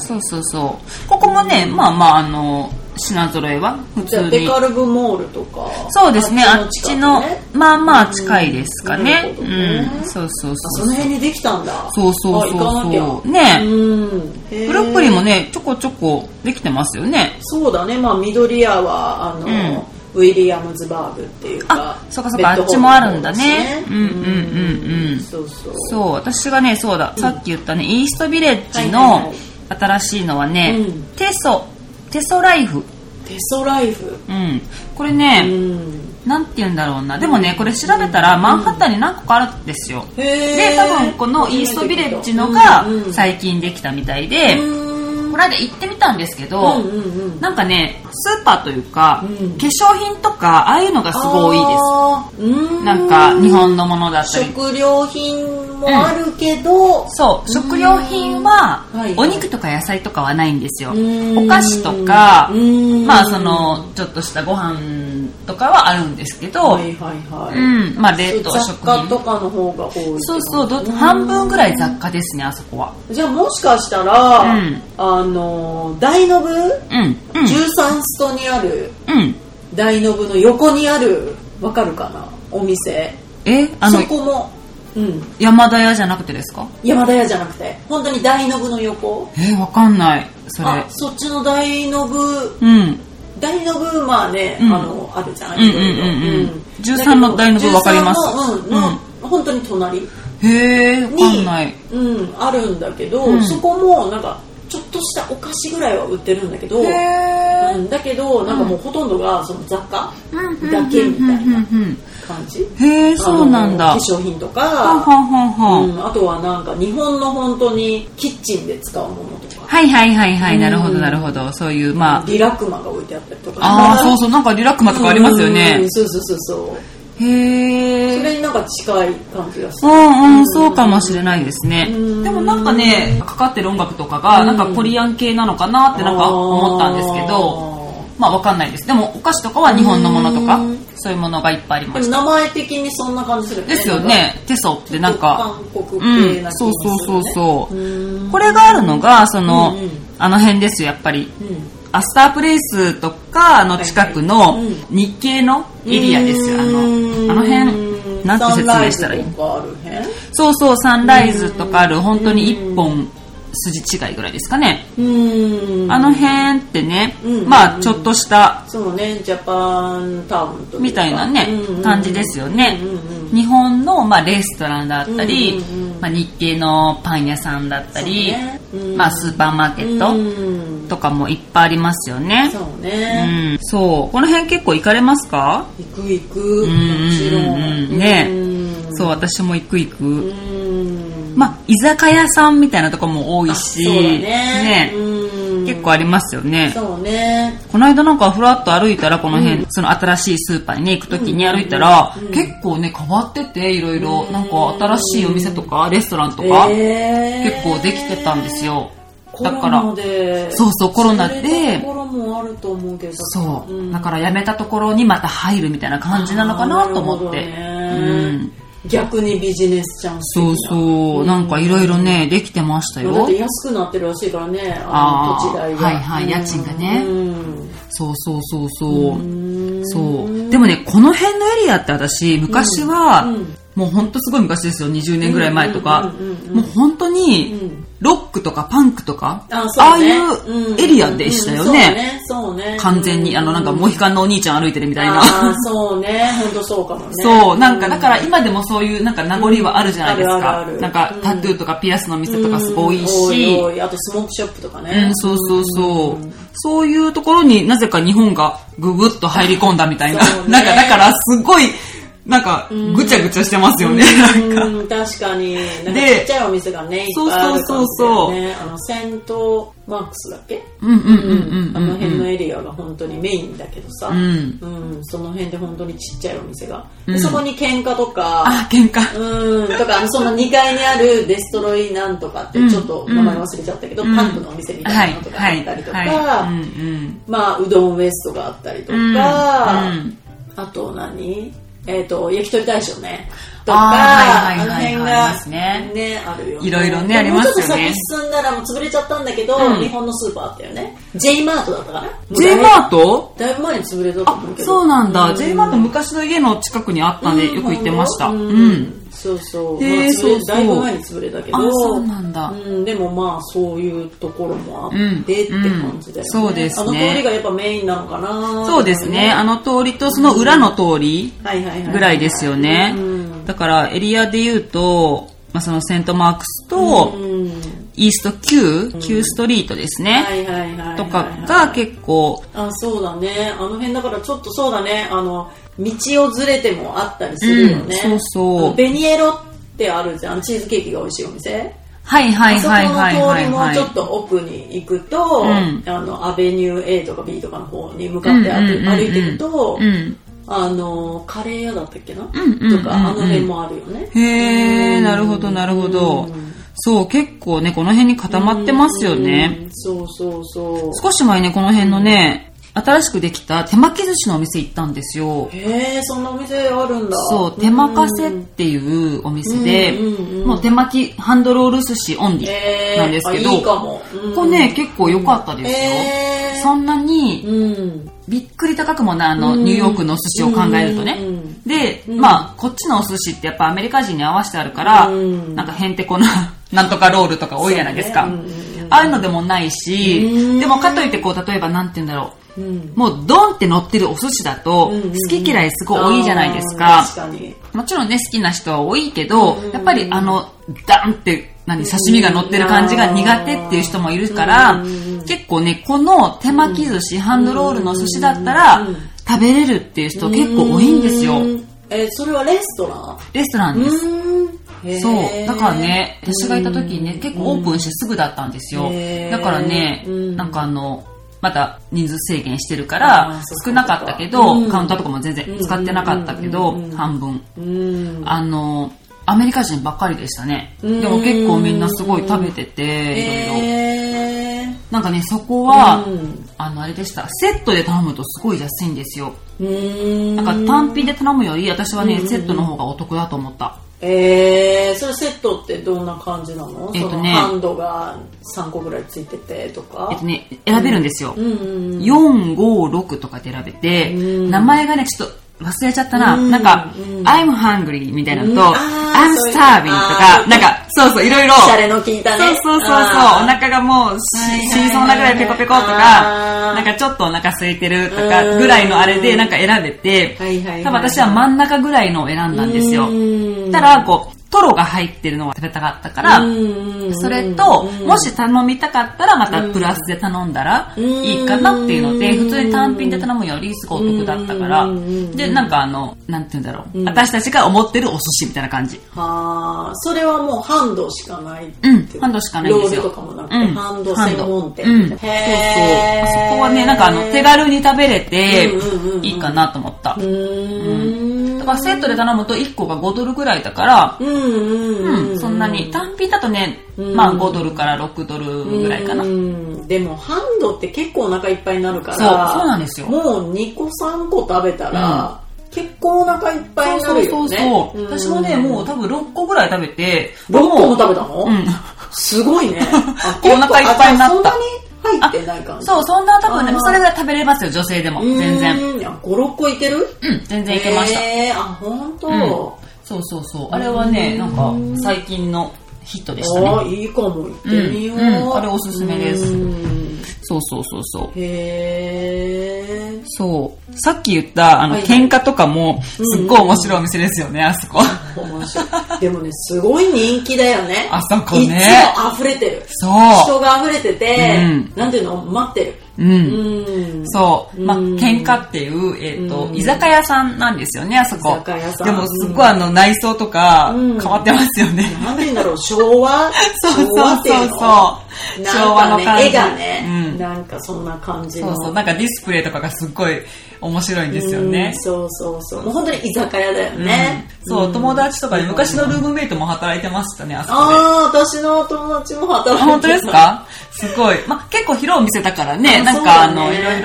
Speaker 1: そうそうそうここもねまあまああの品揃えは普
Speaker 2: じゃ
Speaker 1: 通
Speaker 2: あ、デ
Speaker 1: に
Speaker 2: カルブモールとか。
Speaker 1: そうですねあっちの
Speaker 2: 近くね
Speaker 1: まあまあ近いですか
Speaker 2: なる
Speaker 1: ね
Speaker 2: ほ
Speaker 1: う
Speaker 2: どね
Speaker 1: んそうそうそ
Speaker 2: そうの辺にできたんだ。
Speaker 1: そうそうそうそう
Speaker 2: あ行かなき
Speaker 1: ね
Speaker 2: ゃ。うん。へー
Speaker 1: ブルックリンもねちょこちょこできてますよね
Speaker 2: そうだね、まあ、緑屋はあの、
Speaker 1: うん
Speaker 2: ウィリアムズバーグっていうか
Speaker 1: あそうかそうか
Speaker 2: ベッドホーム
Speaker 1: あっちもあるんだね
Speaker 2: の方ですね
Speaker 1: うんうんうんうん
Speaker 2: そうそう
Speaker 1: そう私がねそうだ、さっき言ったねイーストビレッジ
Speaker 2: はいはい
Speaker 1: の
Speaker 2: はい
Speaker 1: 新しいのはね、
Speaker 2: うん
Speaker 1: テソテソライフ、
Speaker 2: テソライフ
Speaker 1: うん、これ
Speaker 2: う
Speaker 1: ね、
Speaker 2: ん
Speaker 1: なんて言うんだろうなでもねこれ調べたら、マンハッタンに何個かあるんですよ
Speaker 2: へー
Speaker 1: で多分このイーストビレッジのが
Speaker 2: うんうん
Speaker 1: 最近できたみたいで、
Speaker 2: うーん
Speaker 1: この間行ってみたんですけど、
Speaker 2: うんうんうん
Speaker 1: なんかねスーパーというか、
Speaker 2: うん
Speaker 1: 化粧品とかああいうのがすごい多いです
Speaker 2: です
Speaker 1: なんか日本のものだったり
Speaker 2: 食料品もあるけど、
Speaker 1: そう食料品は
Speaker 2: うんはい
Speaker 1: お肉とか野菜とかはないんですよ
Speaker 2: うん
Speaker 1: お菓子とか
Speaker 2: うん
Speaker 1: まあそのちょっとしたご飯とかはあるんですけど、
Speaker 2: はいはいはい、
Speaker 1: うんまあ冷凍
Speaker 2: 雑
Speaker 1: 食
Speaker 2: 貨
Speaker 1: 品
Speaker 2: とかの方が多いってこと
Speaker 1: そうそうど半分ぐらい雑貨ですねあそこは
Speaker 2: じゃあもしかしたら、
Speaker 1: うん
Speaker 2: あの大ノブ、
Speaker 1: うんうん
Speaker 2: 13ストにある
Speaker 1: うん
Speaker 2: 大ノブの横にあるわかるかなお店
Speaker 1: えあ
Speaker 2: そ
Speaker 1: の
Speaker 2: こも、うん、
Speaker 1: 山田屋じゃなくてですか
Speaker 2: 山田屋じゃなくて本当に大ノブの横
Speaker 1: えわかんないそれ
Speaker 2: あそっちの大ノブ
Speaker 1: うん
Speaker 2: 大ノブまあね、
Speaker 1: うん
Speaker 2: あのあるじゃ
Speaker 1: う
Speaker 2: ん
Speaker 1: んうん
Speaker 2: いろい
Speaker 1: う
Speaker 2: ろ
Speaker 1: んうん
Speaker 2: うん
Speaker 1: 13の大ノブわかります
Speaker 2: 13のうんの本当に隣
Speaker 1: へえわ
Speaker 2: に
Speaker 1: かんない
Speaker 2: うん、あるんだけど、
Speaker 1: うん
Speaker 2: そこもなんかちょっとしたお菓子ぐらいは売ってるんだけど、
Speaker 1: へえ
Speaker 2: うん、だけどなんかもうほとんどがその雑貨
Speaker 1: だ
Speaker 2: だけみたいな
Speaker 1: な
Speaker 2: 感じ、
Speaker 1: へえそうなんだ
Speaker 2: あの化粧品と
Speaker 1: はん
Speaker 2: か、
Speaker 1: はんはんはん
Speaker 2: うん、あとはなんか日本の本当にキッチンで使うものとか
Speaker 1: はいはいはいはい、なるほ
Speaker 2: う
Speaker 1: ど
Speaker 2: ん
Speaker 1: なるほど。そういう、まあ、
Speaker 2: リラクマが置いてあったりとか
Speaker 1: ああ、そうそう、なんかリラックマとかありますよ
Speaker 2: う
Speaker 1: ね
Speaker 2: ん、。そうそうそうそう
Speaker 1: へ
Speaker 2: そ
Speaker 1: え。
Speaker 2: れになんか近い感じがす
Speaker 1: う
Speaker 2: る
Speaker 1: んうん、そうかもしれないですね。
Speaker 2: うん
Speaker 1: でもなんかね、かかってる音楽とかが、
Speaker 2: うん
Speaker 1: なんかコリアン系なのかなってなんか思ったんですけど、まあわかんないです。でもお菓子とかは日本のものとか
Speaker 2: うん、
Speaker 1: そういうものがいっぱいあり
Speaker 2: あーで
Speaker 1: ま
Speaker 2: も
Speaker 1: した。
Speaker 2: 名前的にそんな感じするよね
Speaker 1: ですよね、テソってなんか、
Speaker 2: 韓国
Speaker 1: う
Speaker 2: 系
Speaker 1: ん
Speaker 2: な、気
Speaker 1: そう
Speaker 2: も
Speaker 1: そう
Speaker 2: する
Speaker 1: そ
Speaker 2: よ
Speaker 1: う
Speaker 2: ね
Speaker 1: そう。
Speaker 2: うん
Speaker 1: これがあるのが、その
Speaker 2: うんうん、
Speaker 1: あの辺ですよ、やっぱり。
Speaker 2: うん
Speaker 1: アスタープレイスとかの近く
Speaker 2: は
Speaker 1: の
Speaker 2: いはい
Speaker 1: 日系のエリアですよ、あのあの辺なんて説明したらいい
Speaker 2: サンライズとかある辺
Speaker 1: そうそうサンライズとかある本当に一本筋違いぐらいですかね
Speaker 2: うん
Speaker 1: あの辺ってね
Speaker 2: うん
Speaker 1: まあちょっとした
Speaker 2: そうねジャパンタウンとうか
Speaker 1: みたいなね
Speaker 2: うんうん
Speaker 1: 感じですよね
Speaker 2: うんうんうん
Speaker 1: 日本のまあレストランだったり
Speaker 2: うんうん
Speaker 1: まあ日系のパン屋さんだったり
Speaker 2: そうねうん
Speaker 1: まあスーパーマーケッ
Speaker 2: うん
Speaker 1: トとかもいっぱいありますよね
Speaker 2: そう
Speaker 1: う
Speaker 2: ね
Speaker 1: んそうこの辺結構行かれますか
Speaker 2: 行く行くも
Speaker 1: うんうんうん
Speaker 2: ちろん
Speaker 1: ね
Speaker 2: うん
Speaker 1: そう私も行く行く
Speaker 2: うん
Speaker 1: まあ、居酒屋さんみたいなとこも多いし、
Speaker 2: そうだねうん
Speaker 1: 結構ありますよね。
Speaker 2: そうね
Speaker 1: この間なんかふらっと歩いたら、この辺、その新しいスーパーにね、行くときに歩いたら、結構ね、変わってて、いろいろ、なんか新しいお店とか、レストランとか、
Speaker 2: 結
Speaker 1: 結構できてたんですよ。だ
Speaker 2: だ
Speaker 1: か
Speaker 2: からら、で
Speaker 1: そうそうコロナで
Speaker 2: 知れたところもあると思うけど
Speaker 1: そう、
Speaker 2: ん
Speaker 1: だから辞めたところにまた入るみたいな感じなのかなと思って。
Speaker 2: あーなるほど
Speaker 1: う
Speaker 2: ね
Speaker 1: ん。
Speaker 2: 逆にビジネスチャンス的
Speaker 1: そ
Speaker 2: な
Speaker 1: うそう、なんかいろいろね、できてました
Speaker 2: だっ
Speaker 1: よ
Speaker 2: て。安くなってるらしいからね
Speaker 1: あ
Speaker 2: あ
Speaker 1: ー
Speaker 2: の土地代が
Speaker 1: はいはい家賃がね
Speaker 2: うん
Speaker 1: そうそうそうそう。そう。でもね、この辺のエリアって私、昔は、
Speaker 2: うんうん
Speaker 1: もうほんとすごい昔ですよ、20年ぐらい前とか
Speaker 2: うんうんうん。うん
Speaker 1: もう本当に、
Speaker 2: うん
Speaker 1: ロックとかパンクとか、
Speaker 2: あ
Speaker 1: あ
Speaker 2: そ
Speaker 1: あ
Speaker 2: うね
Speaker 1: いうエリアでしたよね。
Speaker 2: うんうんうんそうねそうね
Speaker 1: 完全に、あの、なんかモヒカンのお兄ちゃん歩いてるみたいな。
Speaker 2: あーそうね本当そうかもね
Speaker 1: そう、なんか、だから今でもそういう、なんか名残はあるじゃないです
Speaker 2: うんあるあ
Speaker 1: か
Speaker 2: るあ。る
Speaker 1: なんか、タトゥーとかピアスの店とかすごいし。
Speaker 2: うん多い多いあとスモークショップとかね
Speaker 1: うん、そうそうそう。そういうところになぜか日本がぐぐっと入り込んだみたいな。
Speaker 2: そうね
Speaker 1: なんかだからすごい、なんかぐちゃぐちゃしてますよね。なんか。
Speaker 2: うん確かになんか
Speaker 1: で
Speaker 2: ちっちゃいお店がねいっぱいある感じだよねあのセントマークスだっけ
Speaker 1: うんうんうんうん
Speaker 2: あ
Speaker 1: うん
Speaker 2: の辺のエリアが本当にメインだけどさ、
Speaker 1: ん
Speaker 2: うんその辺で本当にちっちゃいお店が、でそこに喧嘩とか
Speaker 1: あ、喧嘩。
Speaker 2: うんとかあのその2階にあるデストロイなんとかってちょっと名前忘れちゃったけど、パンクのお店みた
Speaker 1: はいい
Speaker 2: なのと、か
Speaker 1: は
Speaker 2: あ
Speaker 1: い、
Speaker 2: ったりとか、
Speaker 1: はい。うんうん。
Speaker 2: まあうどんウエストがあったりと
Speaker 1: う
Speaker 2: か、
Speaker 1: んうん
Speaker 2: あと何えっ、と焼き鳥大賞ねとか
Speaker 1: あ
Speaker 2: あ,、
Speaker 1: ーはいはいはい
Speaker 2: の辺
Speaker 1: あり
Speaker 2: が
Speaker 1: ますね
Speaker 2: あるよ
Speaker 1: いろいろね
Speaker 2: で
Speaker 1: ありますよね
Speaker 2: もうちょっと先進んだらもう潰れちゃったんだけど、
Speaker 1: うん
Speaker 2: 日本のスーパーあったよね J マートだったかな
Speaker 1: J マート
Speaker 2: だいぶ前に潰れたと思
Speaker 1: あ
Speaker 2: う、けど
Speaker 1: そうなんだ。J マート
Speaker 2: も
Speaker 1: 昔の家の近くにあったんで、よく行ってました。
Speaker 2: うん
Speaker 1: うん。
Speaker 2: そうそう,、
Speaker 1: へー
Speaker 2: まあ、潰
Speaker 1: そうそ
Speaker 2: れ
Speaker 1: う
Speaker 2: だいぶ前に潰れたけど
Speaker 1: あそうなんだ
Speaker 2: うんでもまあそういうところもあって、
Speaker 1: うん
Speaker 2: って感じだよね、
Speaker 1: うんそうですね
Speaker 2: あの通りがやっぱメインなのかな
Speaker 1: そうですね。あ
Speaker 2: の
Speaker 1: の通りとその裏の通り。
Speaker 2: はいはいはい
Speaker 1: ぐらいですよね、
Speaker 2: うん
Speaker 1: だからエリアで言うと、まあ、そのセントマークスと、
Speaker 2: うん
Speaker 1: イースト Q9、Q ストリートですね、
Speaker 2: はいはいはいはいはい
Speaker 1: とかが結構
Speaker 2: あそうだねあの辺だからちょっとそうだねあの道をずれてもあったりするよね、
Speaker 1: うんそうそう
Speaker 2: あのベニエロってあるじゃんチーズケーキが美味しいお店
Speaker 1: はいはい
Speaker 2: あそこ
Speaker 1: はいはい
Speaker 2: の通
Speaker 1: は
Speaker 2: り
Speaker 1: い
Speaker 2: も
Speaker 1: はい
Speaker 2: ちょっと奥に行くと、
Speaker 1: ん
Speaker 2: あのアベニュー A とか B とかの方に向かって歩,、
Speaker 1: うんうんうんうん
Speaker 2: いていくと、
Speaker 1: うん
Speaker 2: あのカレー屋だったっけな、
Speaker 1: んうんうんうん
Speaker 2: とかあの辺もあるよね。
Speaker 1: へえなるほどなるほど
Speaker 2: うん
Speaker 1: そう結構ねこの辺に固まってますよね
Speaker 2: うん。そうそうそう。
Speaker 1: 少し前ねこの辺のね新しくできた手巻き寿司のお店行ったんですよ
Speaker 2: へえ、そんなお店あるんだ。
Speaker 1: そう手巻かせっていうお店で
Speaker 2: うんうんうん
Speaker 1: もう手巻きハンドロール寿司オンリ
Speaker 2: へ
Speaker 1: ー
Speaker 2: え
Speaker 1: なんですけど
Speaker 2: あいいかも。うん
Speaker 1: ここね、結構良かったですよ
Speaker 2: へー
Speaker 1: そんなに
Speaker 2: うん。
Speaker 1: びっくり高くもないあの
Speaker 2: うん
Speaker 1: ニューヨークのお寿司を考えるとね
Speaker 2: うんうん
Speaker 1: で
Speaker 2: うん
Speaker 1: まあこっちのお寿司ってやっぱアメリカ人に合わせてあるから
Speaker 2: うん
Speaker 1: なんかへんてこな なんとかロールとか多いじゃないですか
Speaker 2: そうねうんうん
Speaker 1: ああいうのでもないし
Speaker 2: うん
Speaker 1: でもかといってこう例えばなんて言うんだろう
Speaker 2: うん。
Speaker 1: もうドンって乗ってるお寿司だと
Speaker 2: うんうんうん
Speaker 1: 好き嫌いすごい多いじゃないですか
Speaker 2: あー確かに。
Speaker 1: もちろんね好きな人は多いけど
Speaker 2: うんうん
Speaker 1: やっぱりあのダンって何刺身が乗ってる感じが苦手っていう人もいるから
Speaker 2: うんうん
Speaker 1: 結構ねこの手巻き寿司ハンドロールの寿司だった
Speaker 2: う
Speaker 1: ら
Speaker 2: んうん
Speaker 1: 食べれるっていう人結構多いんですよ
Speaker 2: うん。え、それはレストラ
Speaker 1: レストラン
Speaker 2: ン
Speaker 1: です
Speaker 2: うんへー
Speaker 1: そうだからね私がいた時にね結構オープンしてすぐだったんですよ
Speaker 2: へー
Speaker 1: だからね
Speaker 2: うん
Speaker 1: なんかあのまた人数制限してるか
Speaker 2: あー
Speaker 1: ら
Speaker 2: そ
Speaker 1: 少
Speaker 2: っ
Speaker 1: な
Speaker 2: かそっか
Speaker 1: かったけど
Speaker 2: うん
Speaker 1: カウンターとかも全然使ってなかったけ
Speaker 2: う
Speaker 1: ど
Speaker 2: んうんうんうん
Speaker 1: 半分
Speaker 2: うん。
Speaker 1: あのアメリカ人ばっかりでしたねでも結構みんなすごい食べてていろいろ
Speaker 2: へー
Speaker 1: なんかねそこは
Speaker 2: うん
Speaker 1: あのあれでしたセットで頼むとすごい安いんですよ
Speaker 2: うん。
Speaker 1: なんか単品で頼むより私はねセットの方がお得だと思った
Speaker 2: えー、それセットってどんな感じなの、
Speaker 1: えっ
Speaker 2: そ
Speaker 1: と
Speaker 2: の
Speaker 1: ね
Speaker 2: ハンドが3個ぐらいついててとか。
Speaker 1: えっとね選べるんですよ
Speaker 2: うんうんうん。
Speaker 1: 456とかって選べて、
Speaker 2: うん
Speaker 1: 名前がね、ちょっと忘れちゃったな。
Speaker 2: うん
Speaker 1: なんか、
Speaker 2: うん
Speaker 1: I'm hungry みたいなの
Speaker 2: うん
Speaker 1: と、
Speaker 2: あー
Speaker 1: I'm
Speaker 2: そうい
Speaker 1: starving
Speaker 2: う
Speaker 1: と
Speaker 2: あ
Speaker 1: か、
Speaker 2: ー
Speaker 1: なんか、そうそう、いろいろ。
Speaker 2: シャレの効いたね。
Speaker 1: そうそうそうそう、お
Speaker 2: あー
Speaker 1: 腹がもうし
Speaker 2: はいはいはい
Speaker 1: 死にそうなぐらいペコペコと
Speaker 2: あ
Speaker 1: か、
Speaker 2: ー
Speaker 1: なんかちょっとお腹空いてるとかぐらいのあれでなんか選べて
Speaker 2: はいはいはいは、い
Speaker 1: 多分私は真ん中ぐらいのを選んだんですよ。
Speaker 2: うん
Speaker 1: たら、こう、トロが入ってるのが食べたかったから、それと、もし頼みたかったらまたプラスで頼んだら
Speaker 2: うん
Speaker 1: いいかなっていうので、
Speaker 2: う
Speaker 1: 普
Speaker 2: ん
Speaker 1: 通に単品で頼むよりすごいお得だったから
Speaker 2: うん、
Speaker 1: で、なんかあの、なんて言うんだろ
Speaker 2: う
Speaker 1: う、
Speaker 2: ん
Speaker 1: 私たちが思ってるお寿司みたいな感じ。
Speaker 2: はあ、それはもうハンドしかないって
Speaker 1: うんハンドしかないんですよ
Speaker 2: ロールとかもなくて、
Speaker 1: うん
Speaker 2: ハンド専門店。
Speaker 1: うんそうそう。あそ
Speaker 2: へー
Speaker 1: こはね、なんかあの、手軽に食べれて
Speaker 2: うんうんうんう、ん
Speaker 1: いいかなと思った
Speaker 2: う。ーん。
Speaker 1: だからセットで頼むと1個が5ドルぐらいだから、
Speaker 2: うんうんう、
Speaker 1: うんん、そんなに。単品だとね、
Speaker 2: うん
Speaker 1: まあ5ドルから6ドルぐらいかな
Speaker 2: う。んでもハンドって結構お腹いっぱいになるから
Speaker 1: そうそうなんですよ
Speaker 2: もう2個3個食べたら、結構お腹いっぱいにな
Speaker 1: そう
Speaker 2: る
Speaker 1: そ
Speaker 2: よ
Speaker 1: う
Speaker 2: ね
Speaker 1: そう。私もね、もう
Speaker 2: う
Speaker 1: 多分6個ぐらい食べて、
Speaker 2: 6個も食べたの、
Speaker 1: うん。
Speaker 2: す ごいねあ
Speaker 1: お腹いっぱいになった
Speaker 2: 結構あそんなに入ってない感じ
Speaker 1: そう、そんな多分ね
Speaker 2: あー、
Speaker 1: それぐらい食べれますよ、女性でも。全然。
Speaker 2: 然56個いける
Speaker 1: うん、全然いけました。
Speaker 2: えー、あ本当、
Speaker 1: うんそうそうそう。あれはね、なんか、最近のヒットでした
Speaker 2: あ
Speaker 1: ね。
Speaker 2: あいいかも行ってみよう、
Speaker 1: うんうんあれおすすめです
Speaker 2: うん
Speaker 1: そうそうそうそう。
Speaker 2: へえ
Speaker 1: そう。さっき言った、あの、
Speaker 2: はい
Speaker 1: 喧嘩とかも、すっごい面白いお店ですよね、あそこ。
Speaker 2: 面白い でもね、すごい人気だよね。
Speaker 1: あそこね
Speaker 2: いつも溢れてる。
Speaker 1: そ
Speaker 2: 人が溢れてて、
Speaker 1: うん
Speaker 2: なんていうの待ってる。
Speaker 1: う。う。
Speaker 2: うんん。
Speaker 1: そう。まあ、
Speaker 2: うん
Speaker 1: 喧嘩っていう、えっ、と、
Speaker 2: うん
Speaker 1: 居酒屋さんなんですよね、あそこ。
Speaker 2: 居酒屋さん
Speaker 1: でも、すっごいあの、内装とか、
Speaker 2: う
Speaker 1: 変
Speaker 2: ん
Speaker 1: わってますよね。
Speaker 2: なんていうんだろう、昭和
Speaker 1: そうそう
Speaker 2: 昭和ってい
Speaker 1: そうそ
Speaker 2: の
Speaker 1: う。昭和
Speaker 2: な
Speaker 1: の
Speaker 2: んかね
Speaker 1: 感じ。
Speaker 2: 絵がね、
Speaker 1: うん
Speaker 2: なんかそんな感じの。
Speaker 1: そうそう。なんかディスプレイとかがすっごい面白いんですよね
Speaker 2: うん。そうそうそう。もう本当に居酒屋だよね。
Speaker 1: うんそう、友達とかで昔のル
Speaker 2: ー
Speaker 1: ームメイトも働いてましたね、あそこで。
Speaker 2: ああ、私の友達も働いて
Speaker 1: あ
Speaker 2: る
Speaker 1: 本当です かすごい。まあ、結構広いお店だからね、
Speaker 2: あ
Speaker 1: なんかあ
Speaker 2: そうだ
Speaker 1: の、
Speaker 2: ね
Speaker 1: いろい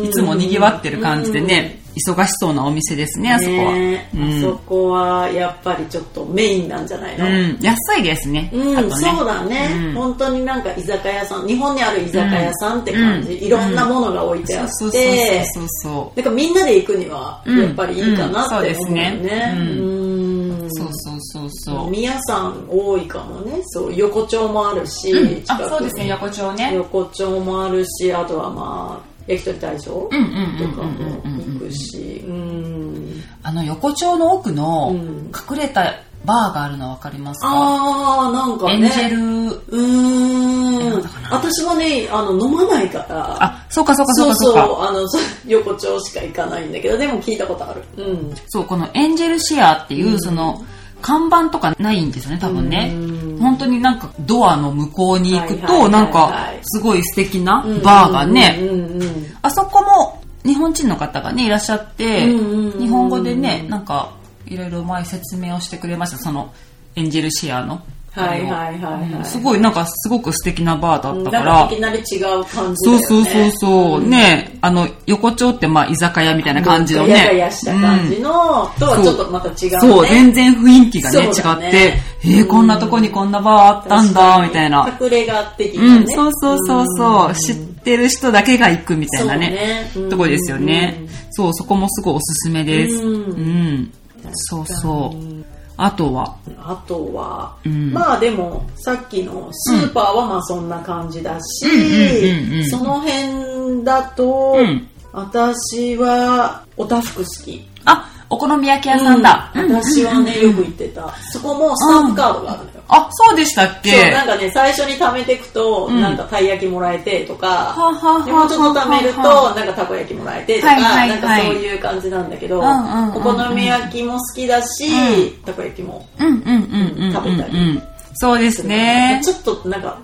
Speaker 1: ろ、いつも賑わってる感じでね、忙しそうなお店ですね、あそこは。
Speaker 2: ね
Speaker 1: う
Speaker 2: あそ
Speaker 1: ん。
Speaker 2: こはやっぱりちょっとメインなんじゃないうの、
Speaker 1: ん、安いですね。
Speaker 2: うん、
Speaker 1: あとね。
Speaker 2: そうだね、
Speaker 1: うん
Speaker 2: 本当になんか居酒屋さん日本にある居酒屋さんって感じ、
Speaker 1: うん
Speaker 2: いろんなものが置いてあっ
Speaker 1: そうそう
Speaker 2: て
Speaker 1: そうそう。
Speaker 2: なんかみんなで行くには
Speaker 1: うん
Speaker 2: やっぱりいいかな
Speaker 1: うんそう
Speaker 2: って
Speaker 1: です
Speaker 2: 思うよ
Speaker 1: ね
Speaker 2: ね
Speaker 1: う
Speaker 2: うん
Speaker 1: そうそうそうそう。
Speaker 2: 宮さん多いかもねそう横丁もあるし、
Speaker 1: うんあ、
Speaker 2: 近くに
Speaker 1: そうですね、横丁ね。
Speaker 2: 横丁もあるしあとはまあ焼き鳥大将と
Speaker 1: うん
Speaker 2: か
Speaker 1: うんうんうんうん
Speaker 2: も行くしうん
Speaker 1: あの横丁の奥の
Speaker 2: うん
Speaker 1: 隠れたバーがあるの分かりますか、
Speaker 2: ああなんかね
Speaker 1: エンジェル。
Speaker 2: う
Speaker 1: なん
Speaker 2: ーん
Speaker 1: だかな
Speaker 2: 私もねあの飲まないから
Speaker 1: あ、そうかそうかそう
Speaker 2: そう
Speaker 1: かそう
Speaker 2: そ
Speaker 1: か。
Speaker 2: うあの そう横丁しか行かないんだけどでも聞いたことあるうん
Speaker 1: そう、このエンジェルシアっていう、その、看板とかないんですよね、多分ね
Speaker 2: うん。
Speaker 1: 本当になんかドアの向こうに行く
Speaker 2: はいはいはいは
Speaker 1: と、
Speaker 2: い
Speaker 1: なんかすごい素敵なバーがね、
Speaker 2: うんうんうん
Speaker 1: あそこも日本人の方がね、いらっしゃって、
Speaker 2: うんうんうん
Speaker 1: 日本語でね、なんかいろいろ前説明をしてくれました、そのエンジェルシェアの。
Speaker 2: はいはいはいはい
Speaker 1: うんすごいなんかすごく素敵なバーだ
Speaker 2: う
Speaker 1: っ
Speaker 2: ん
Speaker 1: た
Speaker 2: な
Speaker 1: か
Speaker 2: ん
Speaker 1: ら。
Speaker 2: かいきなり違う感
Speaker 1: そ
Speaker 2: じだよ
Speaker 1: う
Speaker 2: ね
Speaker 1: そうそうそう、ねあの横丁ってまあ居酒屋みたいな感じのね
Speaker 2: やややした感
Speaker 1: う
Speaker 2: じ
Speaker 1: ん
Speaker 2: の、とはちょっとまた違うね
Speaker 1: そう全然雰囲気がね
Speaker 2: そうだね
Speaker 1: 違ってえー、こんなとこにこんなバーあったんだみたいな、
Speaker 2: 隠れ家的な
Speaker 1: う
Speaker 2: ね、
Speaker 1: んそうそうそうそう、知ってる人だけが行くみたいなね
Speaker 2: そうねうん
Speaker 1: とこですよね、そうそこもすごいおすすめです
Speaker 2: う
Speaker 1: うんん、そうそうあとは
Speaker 2: あとは、
Speaker 1: うん
Speaker 2: まあでもさっきのスーパーはまあそんな感じだし、
Speaker 1: うんうんうんうん
Speaker 2: その辺だと、
Speaker 1: うん
Speaker 2: 私はおたふく好き。
Speaker 1: あお好み焼き屋さんだ、うん
Speaker 2: 私はね、よく行ってた。そこもスタンプカードがあるのよ。
Speaker 1: あそうでしたっけ
Speaker 2: そう、なんかね、最初に貯めていくと、
Speaker 1: ん
Speaker 2: なんかたい焼きもらえてとか、
Speaker 1: はあはあはあ
Speaker 2: でもうちょっと貯めると、
Speaker 1: はあは
Speaker 2: なんかたこ焼きもらえてとか、
Speaker 1: はいはいは
Speaker 2: なん
Speaker 1: い
Speaker 2: かそういう感じなんだけど、
Speaker 1: うんうんうんうん
Speaker 2: お好み焼きも好きだし、
Speaker 1: う
Speaker 2: たこ焼きも
Speaker 1: うんうんうんうんうん
Speaker 2: 食べたり
Speaker 1: うんそうですね
Speaker 2: ちょっとなんか、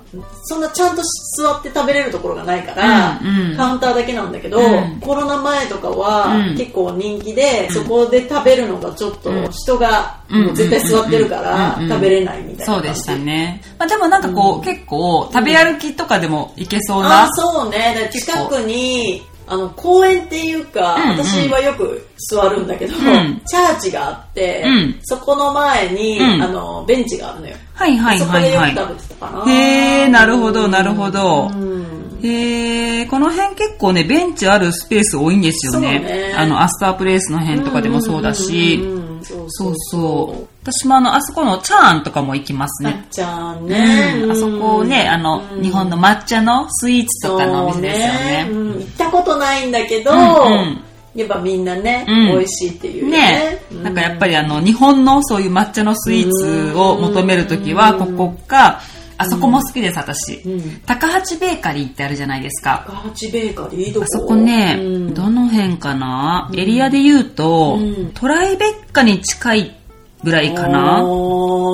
Speaker 2: そんなちゃんと座って食べれるところがないから、
Speaker 1: うんうん
Speaker 2: カウンターだけなんだけど、
Speaker 1: うん
Speaker 2: コロナ前とかは
Speaker 1: うん
Speaker 2: 結構人気で、そこで食べるのがちょっと人が
Speaker 1: うん
Speaker 2: もう絶対座ってるから
Speaker 1: うんうん
Speaker 2: 食べれないみたいな感じ。
Speaker 1: そうでしたね。まあでもなんかこう、結構食べ歩きとかでも行けそう
Speaker 2: あ
Speaker 1: な
Speaker 2: ー、。そうね。だから近くに、あの、公園っていうか、
Speaker 1: うんうん
Speaker 2: 私はよく座るんだけど、
Speaker 1: ん
Speaker 2: チャーチがあって、
Speaker 1: うん
Speaker 2: そこの前に、
Speaker 1: うん
Speaker 2: あの、ベンチがあるのよ。
Speaker 1: はいはいはいは
Speaker 2: そこでよ
Speaker 1: い。
Speaker 2: く食べてたかな。
Speaker 1: へーなるほどなるほど
Speaker 2: うん
Speaker 1: へーこの辺結構ね、ベンチあるスペース多いんですよね。
Speaker 2: そうね
Speaker 1: あの、アスタープレイスの辺とかでもそうだし。
Speaker 2: うんうんうんうんそう
Speaker 1: そうそう。私もあの、あそこのチャーンとかも行きます
Speaker 2: あ
Speaker 1: ね。
Speaker 2: っちゃんね、
Speaker 1: うんあそこね、あの、
Speaker 2: うん
Speaker 1: 日本の抹茶のスイーツとかのお店ですよね。
Speaker 2: そううん行ったことないんだけど、
Speaker 1: うんうん
Speaker 2: やっぱみんなね、
Speaker 1: うん
Speaker 2: 美味しいっていう
Speaker 1: ね
Speaker 2: ね
Speaker 1: なんかやっぱりあの、日本のそういう抹茶のスイーツを求めるときは、こ
Speaker 2: うん
Speaker 1: こか、あそこも好きです、私
Speaker 2: うん。
Speaker 1: 高八ベーカリーってあるじゃないですか。
Speaker 2: ガーチベーカリーどこ
Speaker 1: あそこね
Speaker 2: う、ん
Speaker 1: どの辺かなエリアで言うと
Speaker 2: うん、
Speaker 1: トライベッカに近いぐらいか
Speaker 2: あ
Speaker 1: な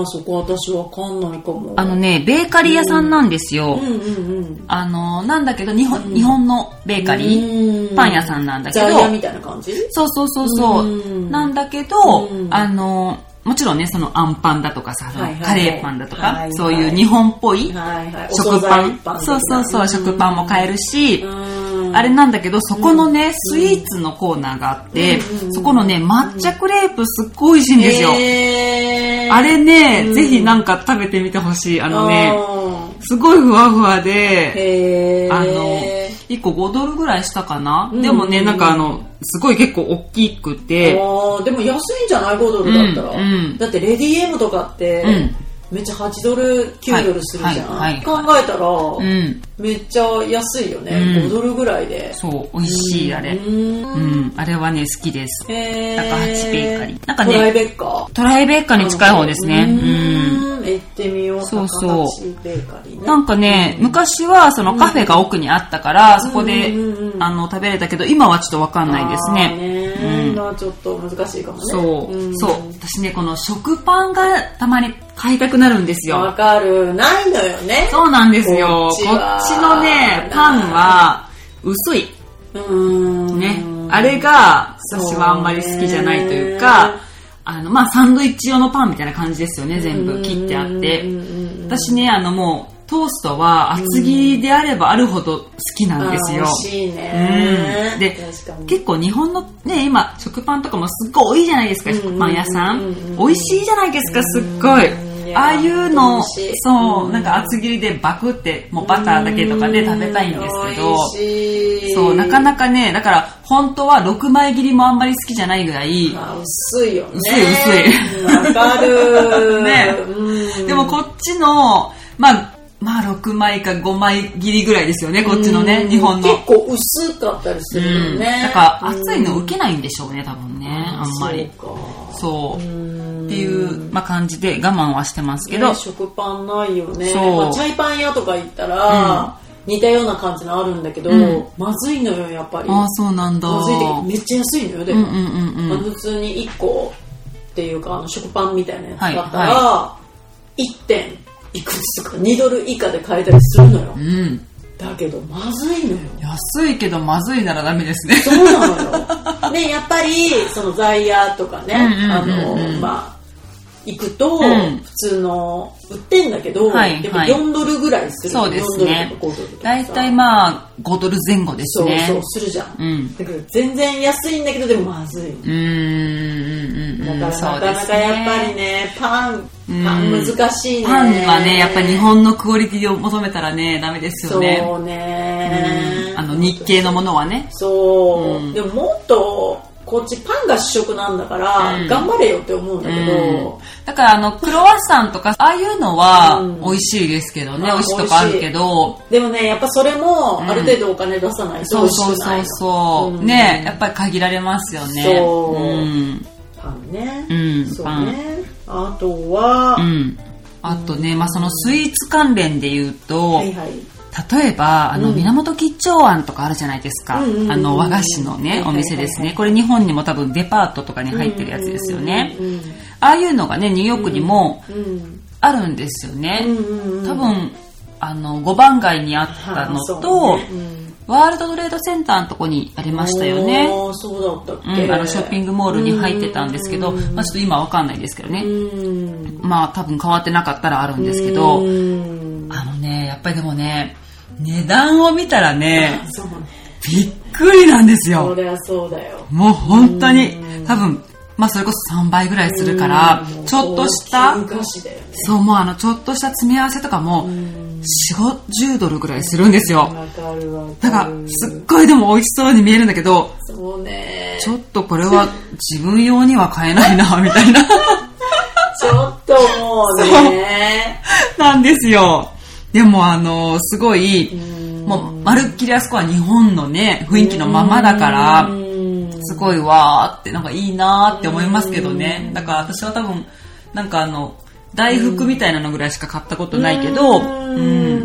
Speaker 2: ーそこ私わかんないかも
Speaker 1: あのね、ベーカリー屋さんなんですよ
Speaker 2: う。んうん
Speaker 1: あの、なんだけど、日本、日本のベーカリー
Speaker 2: うん
Speaker 1: パン屋さんなんだけど
Speaker 2: ザリアみたいな感じ
Speaker 1: そうそうそうそう。
Speaker 2: うん
Speaker 1: なんだけど、
Speaker 2: うん
Speaker 1: あの、もちろんね、そのあんパンだとかさ、
Speaker 2: はいはいはい
Speaker 1: カレーパンだとか、
Speaker 2: はいはい
Speaker 1: そういう日本っぽい
Speaker 2: はいはい
Speaker 1: 食パン、
Speaker 2: お惣菜的
Speaker 1: そ
Speaker 2: な
Speaker 1: うそうそう、食パンも買えるし、
Speaker 2: うん
Speaker 1: あれなんだけど、そこのね、スイーツのコーナーがあって、
Speaker 2: うん
Speaker 1: そこのね、抹茶クレープすっごい美味しいんですよ。
Speaker 2: へー
Speaker 1: あれね、
Speaker 2: うん
Speaker 1: ぜひなんか食べてみてほしい。あのね、
Speaker 2: あ
Speaker 1: すごいふわふわ
Speaker 2: ー
Speaker 1: で、
Speaker 2: へー
Speaker 1: あの、1個5ドルぐらいしたかな、
Speaker 2: うん
Speaker 1: でもね、なんかあの、すごい結構大きくて、
Speaker 2: あーでも安いんじゃない5ドルだったら、
Speaker 1: うんうん
Speaker 2: だってレディー M とかって、
Speaker 1: うん
Speaker 2: めっちゃ8ドル9ドルするじゃん、
Speaker 1: はいはい
Speaker 2: 考えたら、
Speaker 1: うん。
Speaker 2: めっちゃ安いよね、
Speaker 1: うん
Speaker 2: 5ドルぐらいで
Speaker 1: そう、美味しい、あれ。
Speaker 2: うん
Speaker 1: うん、あれはね、好きです。
Speaker 2: へー
Speaker 1: なんか八ベーカリーなんかね
Speaker 2: トライベッカ
Speaker 1: トライベーカーに近い方ですね。
Speaker 2: う
Speaker 1: うん。
Speaker 2: ん行ってみよう
Speaker 1: そうそう
Speaker 2: 高橋ベーカリーね
Speaker 1: なんかね、昔はそのカフェが奥にあったから、そこで
Speaker 2: うんうんう、ん
Speaker 1: あの、食べれたけど、今はちょっとわかんないです
Speaker 2: あー
Speaker 1: ね。
Speaker 2: ね
Speaker 1: うん
Speaker 2: 今はちょっと難しいかもね
Speaker 1: そう、
Speaker 2: ん
Speaker 1: そう。私ね、この食パンがたまに買いたくなるんです
Speaker 2: わ
Speaker 1: よ。
Speaker 2: かるないのよね
Speaker 1: そうなんですよ。
Speaker 2: こっち
Speaker 1: こ
Speaker 2: は
Speaker 1: っちのね、パンは薄い。
Speaker 2: うーん
Speaker 1: ね。あれが、私はあんまり好きじゃないというか、あの、まあ、サンドイッチ用のパンみたいな感じですよね、全部切ってあって
Speaker 2: うん。うんうん
Speaker 1: 私ね、あのもう、トーストは厚切りであればあるほど好きなんですよ
Speaker 2: あー。美味しいね
Speaker 1: うん、で
Speaker 2: 確かに
Speaker 1: 結構日本のね今食パンとかもすっごい多いじゃないですか
Speaker 2: うんうん
Speaker 1: 食パン屋さ
Speaker 2: うんうん
Speaker 1: ん美味しいじゃないですかすっご
Speaker 2: うんい
Speaker 1: い
Speaker 2: や
Speaker 1: ああいうの
Speaker 2: 美味しい
Speaker 1: そううんなんか厚切りでバクってもうバターだけとかで食べたいんですけど
Speaker 2: うん美味しい
Speaker 1: そうなかなかねだから本当は6枚切りもあんまり好きじゃないぐらい
Speaker 2: まあ薄いよね
Speaker 1: 薄い薄い
Speaker 2: わかる
Speaker 1: ね
Speaker 2: うん
Speaker 1: でもこっちのまあまあ6枚か5枚切りぐらいですよねこっちの
Speaker 2: う
Speaker 1: ね
Speaker 2: ん
Speaker 1: 日本の
Speaker 2: 結構薄かったりするよ
Speaker 1: うん
Speaker 2: ね
Speaker 1: だから熱いの受けないんでしょうね多分ねあんまり
Speaker 2: そうか
Speaker 1: そう
Speaker 2: うん
Speaker 1: っていう、まあ、感じで我慢はしてますけど、
Speaker 2: ね食パンないよね
Speaker 1: そう
Speaker 2: まあチャイパン屋とか行ったら、似たような感じのあるんだけど、
Speaker 1: うん
Speaker 2: まずいのよやっぱり
Speaker 1: ああそうなんだ
Speaker 2: まずいってめっちゃ安いのよで
Speaker 1: うん
Speaker 2: も、
Speaker 1: うんうん
Speaker 2: まあ
Speaker 1: うん
Speaker 2: 普通に1個っていうかあの食パンみたいなやつ
Speaker 1: はい
Speaker 2: 買ったら1点いくつとか2ドル以下で買えたりするのよ
Speaker 1: うん。
Speaker 2: だけどまずいのよ
Speaker 1: 安いけどまずいならダメですね。
Speaker 2: そうな のよ。ね、やっぱり、その在野とかね、あ
Speaker 1: うんうん
Speaker 2: の
Speaker 1: うんうん、
Speaker 2: まあ、行くと、
Speaker 1: ん
Speaker 2: 普通の、売ってんだけど、
Speaker 1: はい
Speaker 2: やっぱ
Speaker 1: はい
Speaker 2: 4ドルぐらいする。
Speaker 1: そうですね
Speaker 2: 4ドルとか5ドルとかさ。
Speaker 1: だいたいまあ、5ドル前後です
Speaker 2: そう
Speaker 1: ね。
Speaker 2: そう、するじゃん。
Speaker 1: うん
Speaker 2: だけど、全然安いんだけど、でもまずい。
Speaker 1: うーんうんうんうん。
Speaker 2: だから、なかなかやっぱりね、パン、パン
Speaker 1: うん
Speaker 2: 難しいね。
Speaker 1: パンはね、やっぱり日本のクオリティを求めたらね、ダメですよね。
Speaker 2: そうね
Speaker 1: うん。あの、日系のものはね。
Speaker 2: そう、
Speaker 1: うん
Speaker 2: でももっとこっちパンが主食なんだから、
Speaker 1: うん
Speaker 2: 頑張れよって思うんだけど、
Speaker 1: だからあの、クロワッサンとか、ああいうのは
Speaker 2: うん
Speaker 1: 美味しいですけどね、
Speaker 2: あ
Speaker 1: 美味しいとかあるけど、
Speaker 2: でもねやっぱそれも
Speaker 1: うん
Speaker 2: ある程度お金出さないと
Speaker 1: そ
Speaker 2: 美
Speaker 1: う
Speaker 2: 味し
Speaker 1: そう
Speaker 2: くな
Speaker 1: そ
Speaker 2: いの
Speaker 1: うそう、
Speaker 2: うん
Speaker 1: ね、やっぱり限られますよね。。
Speaker 2: そうんパンね、
Speaker 1: うん
Speaker 2: そう
Speaker 1: パン
Speaker 2: ねあとは、
Speaker 1: うん。あとね、まあ、そのスイーツ関連で言うと、
Speaker 2: はいはい
Speaker 1: 例えば、あの、
Speaker 2: うん
Speaker 1: 源吉兆庵とかあるじゃないですか。
Speaker 2: うんうんうんうん
Speaker 1: あの、和菓子の
Speaker 2: はいはい
Speaker 1: ね、
Speaker 2: はい
Speaker 1: お店ですね。これ日本にも多分デパートとかに入ってるやつですよね。
Speaker 2: うん
Speaker 1: ああいうのがね、ニューヨークにも
Speaker 2: うんうん
Speaker 1: あるんですよね。
Speaker 2: うんうんうん
Speaker 1: 多分、あの、5番街にあったのと、
Speaker 2: はあそうねうん
Speaker 1: ワールドトレードセンターのとこにありましたよね。
Speaker 2: おーそうだった
Speaker 1: う
Speaker 2: っけ、
Speaker 1: ん、あのショッピングモールに入ってたんですけど、まあ、ちょっと今わかんないですけど
Speaker 2: う
Speaker 1: ね。
Speaker 2: ん
Speaker 1: まあ多分変わってなかったらあるんですけど、
Speaker 2: うん
Speaker 1: あのね、やっぱりでもね、値段を見たらね、
Speaker 2: そうね
Speaker 1: びっくりなんです
Speaker 2: そ
Speaker 1: よ。
Speaker 2: りゃそうだよ
Speaker 1: もう本当に、多分、まあそれこそ3倍ぐらいするから
Speaker 2: う、ん
Speaker 1: ちょっとした
Speaker 2: 高、級菓子だよね
Speaker 1: そう、もうあの、ちょっとした詰め合わせとかも、
Speaker 2: ん
Speaker 1: 4、50ドルぐらいするんですよ。
Speaker 2: わかるわ
Speaker 1: だ
Speaker 2: か
Speaker 1: か
Speaker 2: る
Speaker 1: ら、すっごいでも美味しそうに見えるんだけど、
Speaker 2: そうね
Speaker 1: ちょっとこれは自分用には買えないな、みたいな、
Speaker 2: ちょっともうね
Speaker 1: なんですよ。でもあの、すごい、もう、まるっきりあそこは日本のね、雰囲気のままだから、すごいわーって、なんかいいなーって思いますけどね。だから私は多分、なんかあの、大福みたいなのぐらいしか買ったことないけど、
Speaker 2: うん
Speaker 1: う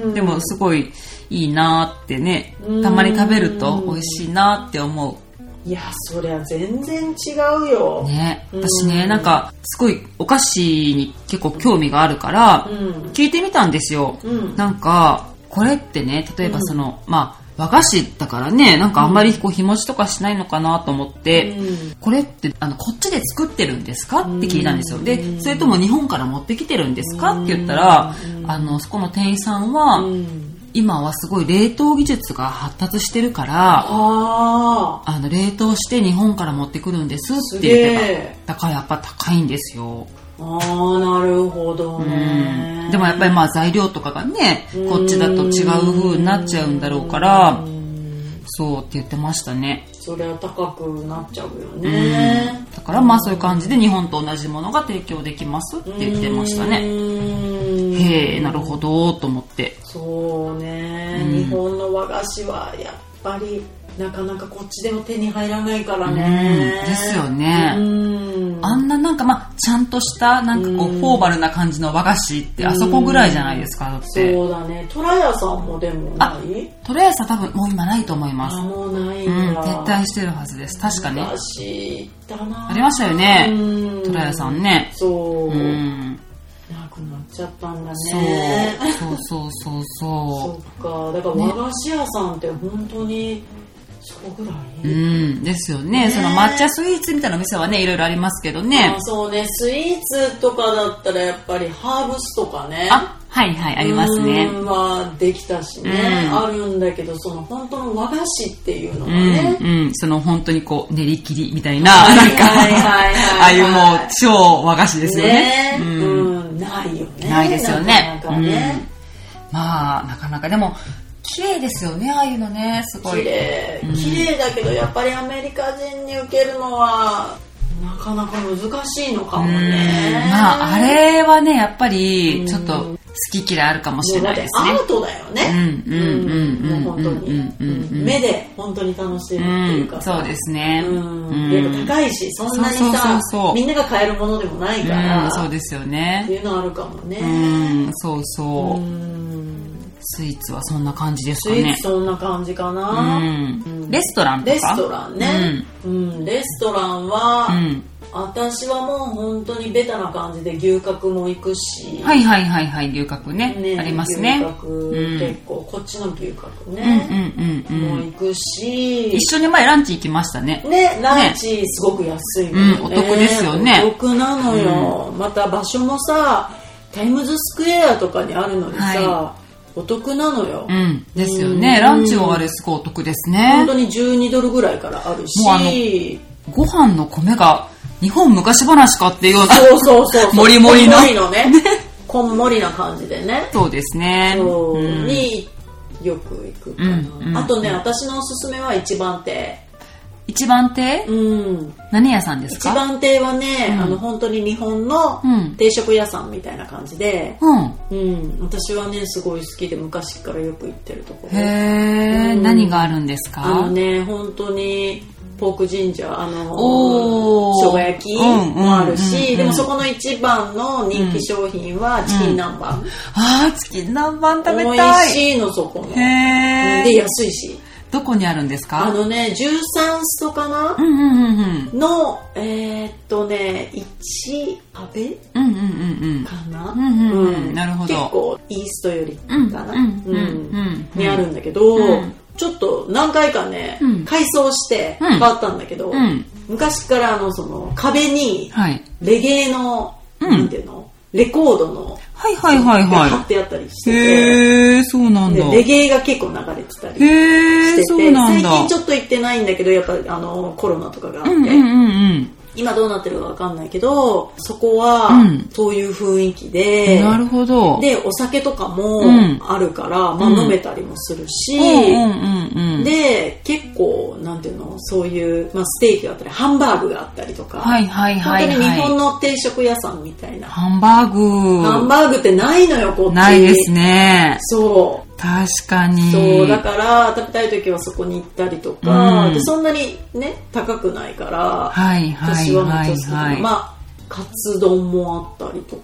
Speaker 1: ん。でもすごいいいなーってね、たまに食べると美味しいなーって思
Speaker 2: いやそりゃ全然違う
Speaker 1: う。
Speaker 2: よ、
Speaker 1: ね。
Speaker 2: うん
Speaker 1: 私ね、なんか、すごいお菓子に結構興味があるから
Speaker 2: う、ん
Speaker 1: 聞いてみたんですよ。
Speaker 2: うん
Speaker 1: なんか、これってね、例えばその、まあ、和菓子だからね、なんかあんまりこう日持ちとかしないのかなと思って、
Speaker 2: うん
Speaker 1: これってあのこっちで作ってるんですかって聞いたんですよ。
Speaker 2: う
Speaker 1: で、
Speaker 2: ん
Speaker 1: それとも日本から持ってきてるんですかって言ったら、あの、そこの店員さんは、
Speaker 2: うん
Speaker 1: 今はすごい冷凍技術が発達してるから、
Speaker 2: あ
Speaker 1: あの、冷凍して日本から持ってくるんです
Speaker 2: ーす
Speaker 1: って
Speaker 2: げ
Speaker 1: 言って
Speaker 2: え
Speaker 1: た。だからやっぱ高いんですよ。
Speaker 2: あーなるほどね
Speaker 1: でもやっぱりまあ材料とかがね、こっちだと違う風になっちゃうんだろうから
Speaker 2: う、ん
Speaker 1: そうって言ってましたね。
Speaker 2: そりゃ高くなっちゃうよ
Speaker 1: うん
Speaker 2: ね
Speaker 1: だからまあそういう感じで日本と同じものが提供できますって言ってましたね。
Speaker 2: ね
Speaker 1: へえ、なるほど、と思って。
Speaker 2: そうね、
Speaker 1: うん
Speaker 2: 日本の和菓子はやっぱりなかなかこっちでも手に入らないからね、
Speaker 1: うんですよね
Speaker 2: うん
Speaker 1: あんななんかまあ、ちゃんとした、なんかこう、
Speaker 2: うん
Speaker 1: フォーマルな感じの和菓子って、あそこぐらいじゃないですか、だって。
Speaker 2: そうだねトラヤさんもでもない
Speaker 1: とりあえず多分もう今ないと思いま
Speaker 2: あ
Speaker 1: す。
Speaker 2: もうない
Speaker 1: うんん、
Speaker 2: だ、
Speaker 1: 撤退してるはずです。確かね。
Speaker 2: 昔だな
Speaker 1: ありましたよね。
Speaker 2: うん
Speaker 1: とらやさんね。
Speaker 2: そう、
Speaker 1: うん。
Speaker 2: なくなっちゃったんだ
Speaker 1: そう
Speaker 2: ね。
Speaker 1: そうそうそう
Speaker 2: そ
Speaker 1: そう
Speaker 2: かだから和菓子屋さんって本当にそこぐら
Speaker 1: う。う
Speaker 2: い、
Speaker 1: ん。ですよね。
Speaker 2: ね
Speaker 1: その抹茶スイーツみたいなお店はね、いろいろありますけどね
Speaker 2: あ。そうねスイーツとかだったらやっぱりハーブスとかね
Speaker 1: あ、はいはい、ありますね。
Speaker 2: うんはできたしね、
Speaker 1: うん
Speaker 2: あるんだけどその本当の和菓子っていうのが
Speaker 1: う
Speaker 2: ね、
Speaker 1: ん、うん、その本当にこう練り切りみたいな、
Speaker 2: はい
Speaker 1: なんか、
Speaker 2: はいはい
Speaker 1: ああ
Speaker 2: はい
Speaker 1: いうもう超和菓子ですよね。
Speaker 2: ね
Speaker 1: うん
Speaker 2: うんないよね
Speaker 1: ないですよね
Speaker 2: なかなかね、
Speaker 1: うんまあ、なかなかでも、綺麗ですよね、ああいうのね、すご
Speaker 2: 綺
Speaker 1: い。
Speaker 2: 麗綺麗だけどやっぱりアメリカ人に受けるのはなかなか難しいのかもね、
Speaker 1: まあ、あれはね、やっぱり、ちょっ
Speaker 2: う
Speaker 1: と好き嫌いあるかもしれ
Speaker 2: も
Speaker 1: な
Speaker 2: うだっ
Speaker 1: い
Speaker 2: て
Speaker 1: です
Speaker 2: ア
Speaker 1: ね。
Speaker 2: ートだよね
Speaker 1: うんうんうんうん
Speaker 2: もう本当に
Speaker 1: うんうんうんうん
Speaker 2: 目で本当に楽しいっていう
Speaker 1: う
Speaker 2: か
Speaker 1: ん、
Speaker 2: さ
Speaker 1: そうですね。
Speaker 2: う
Speaker 1: うん
Speaker 2: ん、やっぱ高いしそんなに
Speaker 1: そうそうそう
Speaker 2: さ
Speaker 1: そう
Speaker 2: みんなが買えるものでもないから、
Speaker 1: うんそうですよ
Speaker 2: って
Speaker 1: ね。
Speaker 2: いうのあるかもね、
Speaker 1: うん、そう
Speaker 2: う
Speaker 1: そう。
Speaker 2: ん
Speaker 1: スイーツはそんな感じです
Speaker 2: ス
Speaker 1: か
Speaker 2: イー
Speaker 1: ね
Speaker 2: ツ。そんな感じか
Speaker 1: う
Speaker 2: な、
Speaker 1: ん。レストランとか
Speaker 2: レストランね、うんレストランは、
Speaker 1: うん。
Speaker 2: 私はもう本当にベタな感じで牛角も行くし、
Speaker 1: はいはいはいはい、牛角ね。ありますね。
Speaker 2: 牛角、結構こっちの牛角
Speaker 1: うんうん
Speaker 2: ね、
Speaker 1: うんうん
Speaker 2: もう行くし
Speaker 1: 一緒に前ランチ行きましたね。
Speaker 2: ね、ランチすごく安いのよね、
Speaker 1: うんお得ですよね
Speaker 2: お得なのよ、また場所もさタイムズスクエアとかにあるのにさ、
Speaker 1: は
Speaker 2: お得なのよ、
Speaker 1: うん。ですよ
Speaker 2: う
Speaker 1: ね。
Speaker 2: ん
Speaker 1: ランチはあれすごいお得です
Speaker 2: 本
Speaker 1: ね
Speaker 2: 当。に12ドルぐらいからある
Speaker 1: もうあの
Speaker 2: し
Speaker 1: ご飯の米が日本昔話かっていうような。
Speaker 2: そうそうそ うそう
Speaker 1: もりもりの
Speaker 2: こんもり のねこんもりな感じでね
Speaker 1: そうですね。
Speaker 2: そう
Speaker 1: うん
Speaker 2: によく行くかな、
Speaker 1: うんうん
Speaker 2: あとね私のおすすめは一番亭
Speaker 1: 一番亭
Speaker 2: うん
Speaker 1: 何屋さんです
Speaker 2: 一
Speaker 1: か
Speaker 2: 番亭はね、
Speaker 1: うん
Speaker 2: あの本当に日本の
Speaker 1: うん
Speaker 2: 定食屋さんみたいな感じで、
Speaker 1: うん。
Speaker 2: うん、私はねすごい好きで昔からよく行ってるところ
Speaker 1: へ
Speaker 2: う
Speaker 1: ー
Speaker 2: ん
Speaker 1: 何があるんですか
Speaker 2: あのね本当にポークジンジャーあの
Speaker 1: おー
Speaker 2: 生姜焼きもあるし、
Speaker 1: うんうんうんうん
Speaker 2: でもそこの一番の人気商品はチキン南蛮、
Speaker 1: あー、チキン南蛮食べ
Speaker 2: 美
Speaker 1: た
Speaker 2: 味
Speaker 1: い。
Speaker 2: しいのそこので
Speaker 1: へー
Speaker 2: 安いし
Speaker 1: どこにあるんです
Speaker 2: あ
Speaker 1: か
Speaker 2: のね13ストかな
Speaker 1: う、んうんうんうん。
Speaker 2: のえーっとね1阿部
Speaker 1: うんうんうん
Speaker 2: かな、
Speaker 1: うんうんうんなるほど
Speaker 2: 結構イーストよりか
Speaker 1: うん。うん。
Speaker 2: な、
Speaker 1: うんうんうん。
Speaker 2: にあるんだけど、
Speaker 1: うん
Speaker 2: ちょっと何回かね、
Speaker 1: うん
Speaker 2: 改装して
Speaker 1: うん
Speaker 2: 変わったんだけど、
Speaker 1: うん
Speaker 2: 昔からあのその壁に
Speaker 1: はい。
Speaker 2: レゲエの、
Speaker 1: うん
Speaker 2: なんていうのレコードの
Speaker 1: はいはいはい
Speaker 2: が貼っ
Speaker 1: は
Speaker 2: てあったりし
Speaker 1: い。
Speaker 2: て
Speaker 1: へーそうな
Speaker 2: て
Speaker 1: ん
Speaker 2: で
Speaker 1: だ。
Speaker 2: レゲエが結構流れてたりしてて、
Speaker 1: へーそうなん
Speaker 2: 最
Speaker 1: だ。
Speaker 2: 近ちょっと行ってないんだけどやっぱあのコロナとかがあって、
Speaker 1: うんうんうん
Speaker 2: 今どうなってるかわかんないけどそこは
Speaker 1: うん
Speaker 2: そういう雰囲気
Speaker 1: う
Speaker 2: で、
Speaker 1: ん。なるほど。
Speaker 2: でお酒とかも
Speaker 1: うん
Speaker 2: あるから、まあ、
Speaker 1: うん
Speaker 2: 飲めたりもするし、
Speaker 1: うんうんうんうん。
Speaker 2: で結構なんていうのそういう、まあ、ステーキがあったりハンバーグがあったりとか、
Speaker 1: はいはい
Speaker 2: 本
Speaker 1: はい
Speaker 2: 当に日本
Speaker 1: はい。
Speaker 2: の定食屋さんみたいな、
Speaker 1: ハンバー
Speaker 2: ハン
Speaker 1: グ。
Speaker 2: バーグってないのよこっち
Speaker 1: ないですね。
Speaker 2: そ
Speaker 1: 確かに。
Speaker 2: うそうだから食べたい時はそこに行ったりとか、
Speaker 1: うん
Speaker 2: でそんなにね高くないから、
Speaker 1: はいはい
Speaker 2: 私はめっ
Speaker 1: は
Speaker 2: ちゃ
Speaker 1: い
Speaker 2: 好きだな、
Speaker 1: はい。
Speaker 2: まあカツ丼もあったりと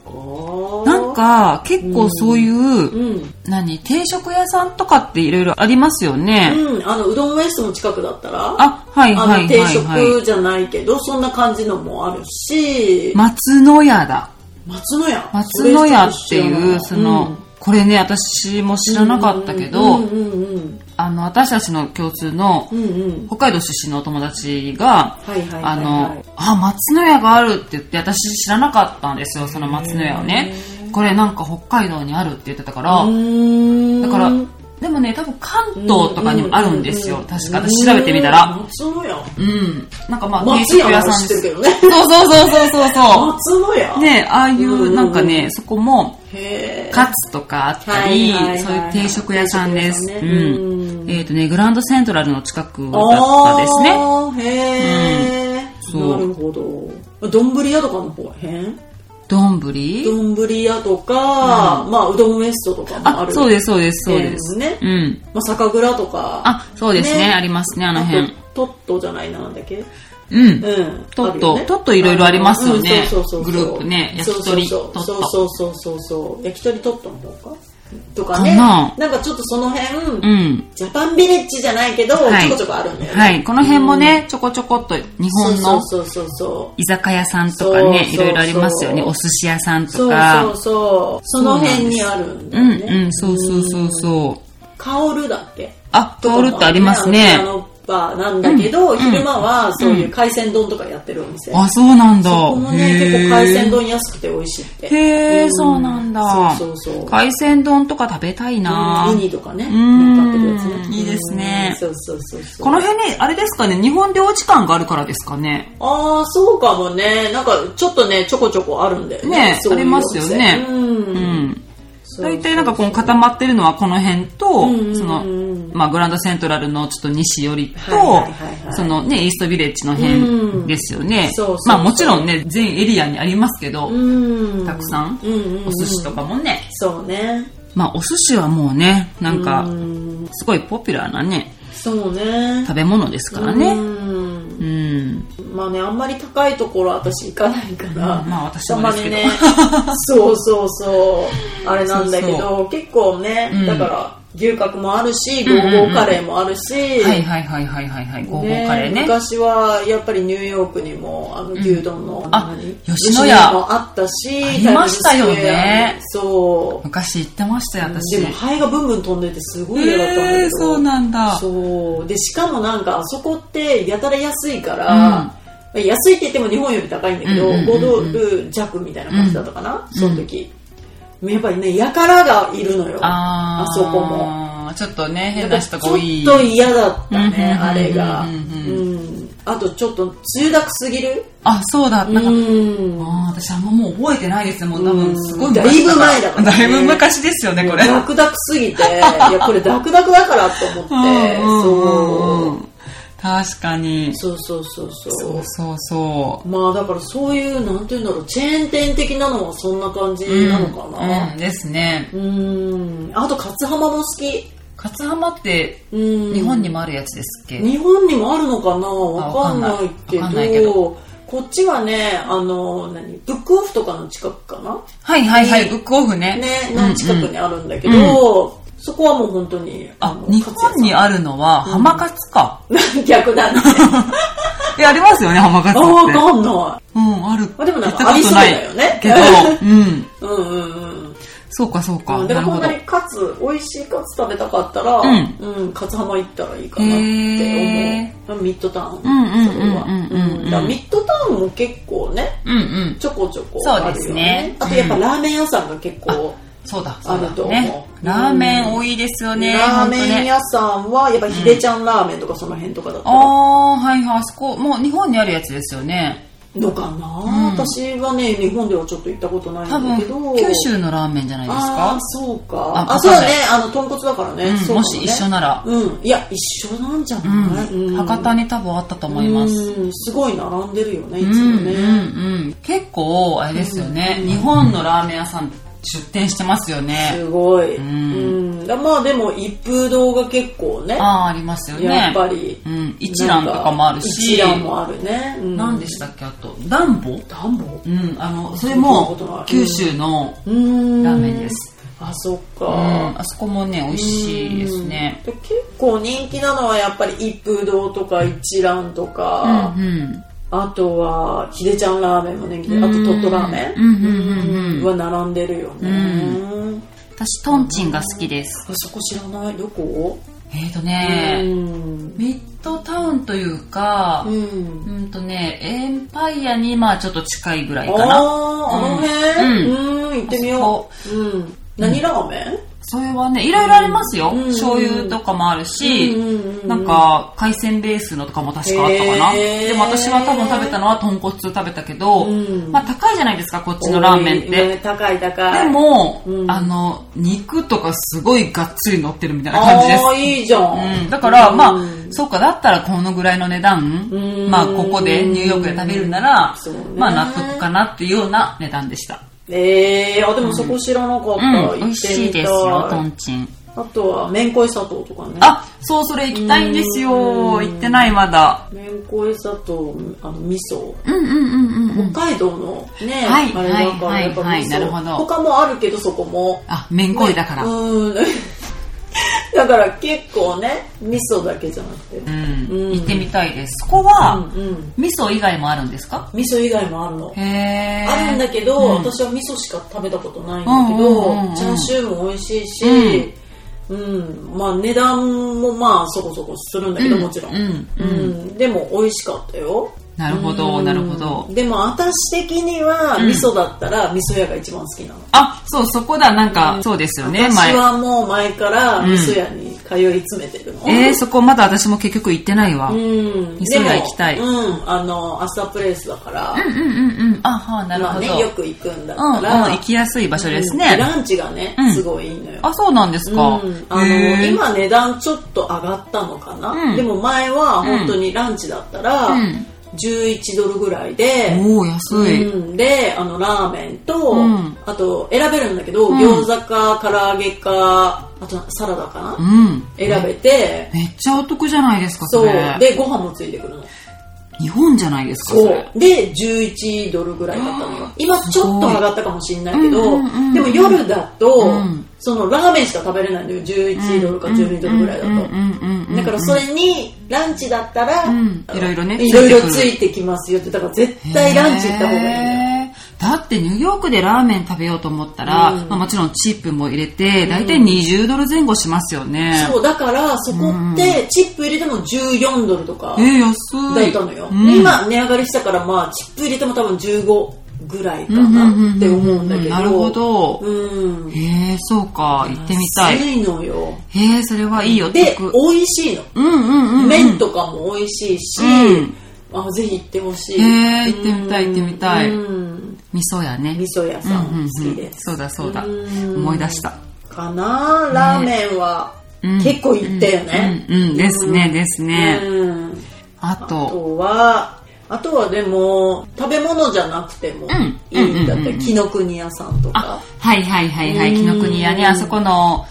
Speaker 2: か
Speaker 1: なんか結構そういう、
Speaker 2: うん、
Speaker 1: 何、定食屋さんとかっていろいろありますよね。
Speaker 2: うん、あのうどんウエストの近くだったら
Speaker 1: あ、はい
Speaker 2: あ
Speaker 1: は
Speaker 2: の
Speaker 1: い
Speaker 2: 定
Speaker 1: はいは
Speaker 2: 食じゃないけど、そんな感じのもあるし
Speaker 1: い。、松野屋だ。
Speaker 2: 松野屋
Speaker 1: 松野屋っていう、その、
Speaker 2: うん
Speaker 1: これね、私も知らなかったけど、
Speaker 2: うんうん
Speaker 1: あの、私たちの共通の
Speaker 2: うんうんうんうん
Speaker 1: 北海道出身のお友達が、
Speaker 2: はいはいはいはい
Speaker 1: あの、あ、松野屋があるって言って、私知らなかったんですよ、その松野屋をね。これなんか北海道にあるって言ってたから、だ
Speaker 2: だ
Speaker 1: から、でもね、多分関東とかにもあるんですよ、確か。私調べてみたら。
Speaker 2: 松野屋
Speaker 1: うん。なんかまあ、定
Speaker 2: 松
Speaker 1: 食
Speaker 2: 屋
Speaker 1: 屋
Speaker 2: は
Speaker 1: さん
Speaker 2: 知
Speaker 1: で
Speaker 2: ってる
Speaker 1: す。
Speaker 2: け
Speaker 1: そ
Speaker 2: どね
Speaker 1: うそうそうそうそうそ
Speaker 2: 松野屋
Speaker 1: う。ね、ああいう、なんか
Speaker 2: うんうんう
Speaker 1: ね、そこも、
Speaker 2: へー
Speaker 1: カツとかあったり、
Speaker 2: はいはいはい
Speaker 1: そういう定食屋さんです。
Speaker 2: 定
Speaker 1: う
Speaker 2: 食屋さんねうん
Speaker 1: ん。えっ、とね、グランドセントラルの近くだったですね。
Speaker 2: あー
Speaker 1: うん
Speaker 2: へー
Speaker 1: そう
Speaker 2: なるほど丼屋とかの方へん
Speaker 1: 丼ぶり
Speaker 2: 丼屋とか、まあうどんウエストとかもあ
Speaker 1: あ
Speaker 2: る
Speaker 1: そうです、そうです、そうです。
Speaker 2: えーね
Speaker 1: うん。
Speaker 2: まあ、酒蔵とか
Speaker 1: あ、そうですね
Speaker 2: ね
Speaker 1: ありますね、あの辺。
Speaker 2: とトットじゃないななんだっけ
Speaker 1: うん。
Speaker 2: うん
Speaker 1: トッ
Speaker 2: あ
Speaker 1: ト、
Speaker 2: るよね
Speaker 1: トットいろいろありますよ
Speaker 2: う
Speaker 1: ね
Speaker 2: んそうそうそうそ
Speaker 1: グ
Speaker 2: う。
Speaker 1: ループね、焼き鳥、
Speaker 2: そ
Speaker 1: ト
Speaker 2: う
Speaker 1: ッ
Speaker 2: そう
Speaker 1: ト。
Speaker 2: そうそうそうそうそう焼き鳥トットの方かとかね
Speaker 1: かな
Speaker 2: なんかちょっとその辺、
Speaker 1: うん。
Speaker 2: ジャパンビレッジじゃないけど、
Speaker 1: はい
Speaker 2: ちょこちょこあるんだよね、
Speaker 1: はい、この辺もね、ちょこちょこっと日本の
Speaker 2: そうそうそうそう
Speaker 1: 居酒屋さんとかね、
Speaker 2: そうそう
Speaker 1: い
Speaker 2: そう
Speaker 1: ろいろありますよね。お寿司屋さん
Speaker 2: そ
Speaker 1: と
Speaker 2: う
Speaker 1: か。
Speaker 2: そうそうその辺にあるんだよ
Speaker 1: うん
Speaker 2: ね
Speaker 1: うん、そうそうそうそう。
Speaker 2: 香るだっけ
Speaker 1: あ、タ
Speaker 2: とかも
Speaker 1: オルってありますね
Speaker 2: あ。のバーなんだけど、
Speaker 1: うん
Speaker 2: 昼間はそういう海鮮丼とかやってるお店、
Speaker 1: あ、そうなんだ。
Speaker 2: そこもね
Speaker 1: へー
Speaker 2: 結構海鮮丼安くて美味しいって
Speaker 1: へ
Speaker 2: う
Speaker 1: え、そうなんだ。
Speaker 2: そうそうそう
Speaker 1: 海鮮丼とか食べたいな
Speaker 2: ウニとかね
Speaker 1: うん
Speaker 2: 乗っかってるやつね
Speaker 1: いいですね
Speaker 2: うんそうそうそうそう
Speaker 1: この辺ね、あれですかね、日本領事館があるからですかね。
Speaker 2: ああそうかもねなんかちょっとねちょこちょこあるんだよね
Speaker 1: ね
Speaker 2: そういうお
Speaker 1: ありますよね
Speaker 2: うん
Speaker 1: う、ん。
Speaker 2: そう
Speaker 1: 大体なんかこう固まってるのはこの辺と
Speaker 2: んうんう、ん
Speaker 1: その、まあグランドセントラルのちょっと西寄り
Speaker 2: はい
Speaker 1: と
Speaker 2: はいはいは、い
Speaker 1: そのね、イーストビレッジの
Speaker 2: うん
Speaker 1: 辺ですよね
Speaker 2: そうそう。そう
Speaker 1: まあもちろんね、全エリアにありますけど、
Speaker 2: うん
Speaker 1: たくさん
Speaker 2: うんうんうん
Speaker 1: お寿司とかもね。
Speaker 2: そうね
Speaker 1: まあお寿司はもうね、なんか
Speaker 2: うん
Speaker 1: すごいポピュラーなね、
Speaker 2: そうね
Speaker 1: 食べ物ですから
Speaker 2: う
Speaker 1: ね。
Speaker 2: ん
Speaker 1: うん。
Speaker 2: まあね、あんまり高いところは私行かないから、
Speaker 1: うんまあ私もですけど
Speaker 2: たまにね、そうそうそう、あれなんだけど、
Speaker 1: そ
Speaker 2: 結構ね
Speaker 1: うん、
Speaker 2: だから、牛角もあるしゴーゴーカレーもあるし、
Speaker 1: はいはいはいはいはいはいゴーゴーカレーね
Speaker 2: 昔はやっぱりニューヨークにもあの牛丼の、
Speaker 1: あ
Speaker 2: 何
Speaker 1: 吉野家
Speaker 2: もあったし
Speaker 1: ありましたよね
Speaker 2: そう
Speaker 1: 昔行ってましたよ私
Speaker 2: でもハエがブンブン飛んでてすごい嫌だったんだけど、
Speaker 1: えー、そうなんだ
Speaker 2: そうでしかもなんかあそこってやたら安いから、安いって言っても日本より高いんだけど、
Speaker 1: うんうんうんうん
Speaker 2: 5ドル弱みたいな感じだったかな、その時、やっぱりねやからがいるのよ
Speaker 1: あー
Speaker 2: あそこも
Speaker 1: ちょっとね変な人が多い
Speaker 2: ちょっと嫌だった
Speaker 1: うんうんうんうんう
Speaker 2: ね、
Speaker 1: ん
Speaker 2: あれが、うん、あとちょっとつゆだくすぎる
Speaker 1: あそうだなんか、
Speaker 2: うん
Speaker 1: あー私あんまもう覚えてないですねもう多
Speaker 2: う
Speaker 1: 分
Speaker 2: ん
Speaker 1: すごい昔
Speaker 2: だいぶ前だから ね
Speaker 1: だいぶ昔ですよねこれ
Speaker 2: ダクダクすぎていやこれダクダクだからと思って
Speaker 1: うんうんうんう
Speaker 2: そ
Speaker 1: ん確かに
Speaker 2: うそうそうそう
Speaker 1: そ
Speaker 2: そう
Speaker 1: うそうそう
Speaker 2: まあだからそういうなんて言うんだろうチェーン店的なのはそんな感じなのか
Speaker 1: う、
Speaker 2: なん
Speaker 1: ですね
Speaker 2: うーんあと勝浜も好き
Speaker 1: 勝浜って
Speaker 2: うーん
Speaker 1: 日本にもあるやつですっけ、
Speaker 2: 日本にもあるのかなわかんないけ
Speaker 1: わ
Speaker 2: ど
Speaker 1: かんないけど
Speaker 2: こっちはねあの何ブックオフとかの近くかな
Speaker 1: はいはいはいブックオフね
Speaker 2: ねの近くにあるんだけど、そこはもう本当に
Speaker 1: あ
Speaker 2: の
Speaker 1: 日本にあるのは浜勝か、
Speaker 2: 勝也さん 逆 だね
Speaker 1: えありますよね浜
Speaker 2: あ
Speaker 1: 勝っ
Speaker 2: わ
Speaker 1: て
Speaker 2: かんな
Speaker 1: うんある
Speaker 2: あでもなんか
Speaker 1: 行ったことない
Speaker 2: ありそうだよね
Speaker 1: けどうん
Speaker 2: い うんうんうん
Speaker 1: そうかそうか、
Speaker 2: うんで
Speaker 1: なる
Speaker 2: も
Speaker 1: ほ
Speaker 2: 本当
Speaker 1: ど
Speaker 2: にカツ美味しいカツ食べたかったら、
Speaker 1: う
Speaker 2: うんんカツ浜行ったらいいかなって思うミッドタウン
Speaker 1: うんうん
Speaker 2: それは
Speaker 1: うんうんうんうん
Speaker 2: だからミッドタウンも結構ね
Speaker 1: うんうん
Speaker 2: ちょこちょこあ
Speaker 1: そうで
Speaker 2: る
Speaker 1: す
Speaker 2: よね
Speaker 1: ね
Speaker 2: あとやっぱラーメン屋さんが結構、
Speaker 1: そうだそう
Speaker 2: あると
Speaker 1: だ
Speaker 2: 思う
Speaker 1: ね
Speaker 2: うん
Speaker 1: ラーメン多いですよね
Speaker 2: ラー
Speaker 1: ほんと
Speaker 2: メン
Speaker 1: ね
Speaker 2: 屋さんはやっぱヒデちゃんラーメンとかその辺とかだったら
Speaker 1: ああーはいはいあそこもう日本にあるやつですよね
Speaker 2: のかな、私はね日本ではちょっと行ったことない
Speaker 1: 多
Speaker 2: んだ
Speaker 1: 分
Speaker 2: けど
Speaker 1: 九州のラーメンじゃないです
Speaker 2: ああ
Speaker 1: か
Speaker 2: ーそうか
Speaker 1: あ
Speaker 2: あそうだねあの豚骨だからね、
Speaker 1: うん
Speaker 2: そうか
Speaker 1: もし一緒なら
Speaker 2: うんいや一緒なんじゃ
Speaker 1: う
Speaker 2: ない、
Speaker 1: ん
Speaker 2: うん
Speaker 1: 博多に多分あったと思います
Speaker 2: うんすごい並んでるよねいつ
Speaker 1: うん
Speaker 2: も
Speaker 1: うん
Speaker 2: ね、
Speaker 1: うん結構あれですよね日本のラーメン屋さん出店してますよね
Speaker 2: すごい、うんんだまあでも一風堂が結構ね
Speaker 1: ああありますよね
Speaker 2: やっぱり、
Speaker 1: うん一蘭とかもあるし
Speaker 2: 一蘭もあるね、うん
Speaker 1: 何でしたっけあとダンボ
Speaker 2: ダンボ
Speaker 1: うんあのそれ
Speaker 2: 聞い
Speaker 1: も
Speaker 2: たことない
Speaker 1: 九州の
Speaker 2: うーん
Speaker 1: ラーメンです
Speaker 2: あそっ
Speaker 1: うん
Speaker 2: か、
Speaker 1: あそこもね美味しいですね
Speaker 2: で結構人気なのはやっぱり一風堂とか一蘭と
Speaker 1: う
Speaker 2: か、
Speaker 1: んうん
Speaker 2: あとはひでちゃんラーメンも人気であとトットラーメ
Speaker 1: うんうんうん
Speaker 2: ンは並んでるよね、
Speaker 1: 私トンチンが好きです
Speaker 2: あそこ知らないどこ
Speaker 1: えっ、ー、と
Speaker 2: う
Speaker 1: ね、
Speaker 2: ん
Speaker 1: ミッドタウンというか
Speaker 2: う、ん
Speaker 1: うん、とねエンパイアにまあちょっと近いぐらい
Speaker 2: あ
Speaker 1: かな
Speaker 2: ああの辺うん、行ってみよう、うん、何ラーメン、
Speaker 1: それはねいろいろありますよ、
Speaker 2: うん
Speaker 1: 醤油とかもあるし、
Speaker 2: うんうんうん
Speaker 1: なんか海鮮ベースのとかも確かあったかな、
Speaker 2: へー
Speaker 1: でも私は多分食べたのは豚骨食べたけど、
Speaker 2: うん
Speaker 1: まあ高いじゃないですかこっちのラーメンって、
Speaker 2: うん高い高い
Speaker 1: でも、
Speaker 2: うん
Speaker 1: あの肉とかすごいがっつり乗ってるみたいな感じです
Speaker 2: ああいいじゃん、
Speaker 1: うんだから、
Speaker 2: うん
Speaker 1: まあ、そうか、だったらこのぐらいの値段、
Speaker 2: うん
Speaker 1: まあ、ここでニューヨークで食べるなら
Speaker 2: そうね、
Speaker 1: まあ、納得かなっていうような値段でした。
Speaker 2: ええあでもそこ知らなかっ
Speaker 1: う
Speaker 2: た、行って
Speaker 1: ん、
Speaker 2: みた
Speaker 1: 美味しいですよ、とんちん。
Speaker 2: あとはめんこい砂糖とかね
Speaker 1: あ、そう、それ行きたいんですよ。行ってない、まだ。
Speaker 2: めんこい砂糖あの味噌
Speaker 1: うんうんうんうんうん。
Speaker 2: 北海道のね、
Speaker 1: はい
Speaker 2: あれだから、
Speaker 1: はい
Speaker 2: やっぱ
Speaker 1: はい
Speaker 2: 味噌
Speaker 1: なるほど
Speaker 2: 他もあるけどそこも
Speaker 1: あ、めんこいだから。うん。
Speaker 2: うん だから結構ね味噌だけじゃなくて、うん
Speaker 1: 行ってみたいです。そこは、
Speaker 2: うんうん
Speaker 1: 味噌以外もあるんですか
Speaker 2: 味噌以外もあるの
Speaker 1: へえ。
Speaker 2: あるんだけど、
Speaker 1: うん
Speaker 2: 私は味噌しか食べたことないんだけど、
Speaker 1: うんうんうんうん
Speaker 2: チャーシューも美味しいし、うんまあ、値段もまあそこそこするんだけど、もちろん、
Speaker 1: うんう
Speaker 2: うんんでも美味しかったよ
Speaker 1: なるほど、
Speaker 2: うん
Speaker 1: なるほど。
Speaker 2: でも私的には味噌だったら味噌屋が一番好きなの、
Speaker 1: あ、そう、そこだ、なんか、そうですよね、
Speaker 2: 私はもう前から味噌屋に通い詰めてるの、
Speaker 1: えー、そこまだ私も結局行ってないわ。うん、うん、
Speaker 2: うん、
Speaker 1: 味噌屋行きたい
Speaker 2: でもうん、あの朝プレイスだから、
Speaker 1: うん、うん。あ、はあ、なる
Speaker 2: ま
Speaker 1: ほど。
Speaker 2: あね、よく行くんだ
Speaker 1: うん、うん、
Speaker 2: から、
Speaker 1: 行きやすい場所です
Speaker 2: うん
Speaker 1: ね。
Speaker 2: ランチがね、
Speaker 1: うん
Speaker 2: すごいいいのよ
Speaker 1: あ、そうなんですか。
Speaker 2: うんあの
Speaker 1: へー、
Speaker 2: 今値段ちょっと上がったのかな、
Speaker 1: うん
Speaker 2: でも前は本当にランチだったら
Speaker 1: うん
Speaker 2: 11ドルぐらいで、
Speaker 1: おー、安い。
Speaker 2: うんであのラーメンと、
Speaker 1: うん
Speaker 2: あと選べるんだけど、
Speaker 1: うん
Speaker 2: 餃子か唐揚げかあとサラダかな、
Speaker 1: うん。
Speaker 2: 選べて、
Speaker 1: めっちゃお得じゃないですか、
Speaker 2: そ
Speaker 1: そうれ。
Speaker 2: でご飯もついてくるの
Speaker 1: 日本じゃないですか、そ
Speaker 2: そう
Speaker 1: れ。
Speaker 2: で11ドルぐらいだったのよ今ちょっと上がったかもしれないけ
Speaker 1: うん
Speaker 2: ど
Speaker 1: うんうんうん
Speaker 2: でも夜だと、
Speaker 1: うん
Speaker 2: そのラーメンしか食べれないのよ11ドルか12ドルぐらいだと、
Speaker 1: と
Speaker 2: だからそれにランチだったら、
Speaker 1: うん
Speaker 2: あの
Speaker 1: いろいろね
Speaker 2: いろいろ
Speaker 1: つ
Speaker 2: つ
Speaker 1: い
Speaker 2: いてきますよってだから絶対ランチ行った方がいいんだよ
Speaker 1: へーだってニューヨークでラーメン食べようと思ったら、
Speaker 2: うん
Speaker 1: まあ、もちろんチップも入れて大体20ドル前後しますよね、
Speaker 2: そうだからそこってチップ入れても14ドルとか
Speaker 1: えー、
Speaker 2: だ
Speaker 1: 安
Speaker 2: っ
Speaker 1: い
Speaker 2: たのよ、
Speaker 1: うん
Speaker 2: で今値上がりしたからまあチップ入れても多分15ぐらいか
Speaker 1: うんうん
Speaker 2: な
Speaker 1: うんうん
Speaker 2: って思うんだけど、
Speaker 1: なるほど、
Speaker 2: うん
Speaker 1: へえそうか行ってみたい
Speaker 2: 安いのよ
Speaker 1: へえそれはいいよ
Speaker 2: で
Speaker 1: 得
Speaker 2: 美味しいの、
Speaker 1: うんうんうんうん
Speaker 2: 麺とかも美味しいし、
Speaker 1: うん
Speaker 2: あぜひ行ってほしい
Speaker 1: へえ行ってみたい行ってみたい
Speaker 2: うん
Speaker 1: 味噌やね
Speaker 2: 味噌屋さん
Speaker 1: うんうんうん
Speaker 2: 好きです、
Speaker 1: そうだそうだ
Speaker 2: うん
Speaker 1: 思い出した
Speaker 2: かなラーメンは
Speaker 1: うん
Speaker 2: 結構行ったよね、
Speaker 1: うん、うん、ですねですね、
Speaker 2: うん
Speaker 1: あ
Speaker 2: あ
Speaker 1: と
Speaker 2: とはあとはでも食べ物じゃなくても
Speaker 1: ん
Speaker 2: いいんだっ
Speaker 1: う
Speaker 2: て
Speaker 1: んうんうん
Speaker 2: 紀ノ国屋さんとか
Speaker 1: あはいはいはいはい
Speaker 2: うん
Speaker 1: 紀ノ国屋ねあそこの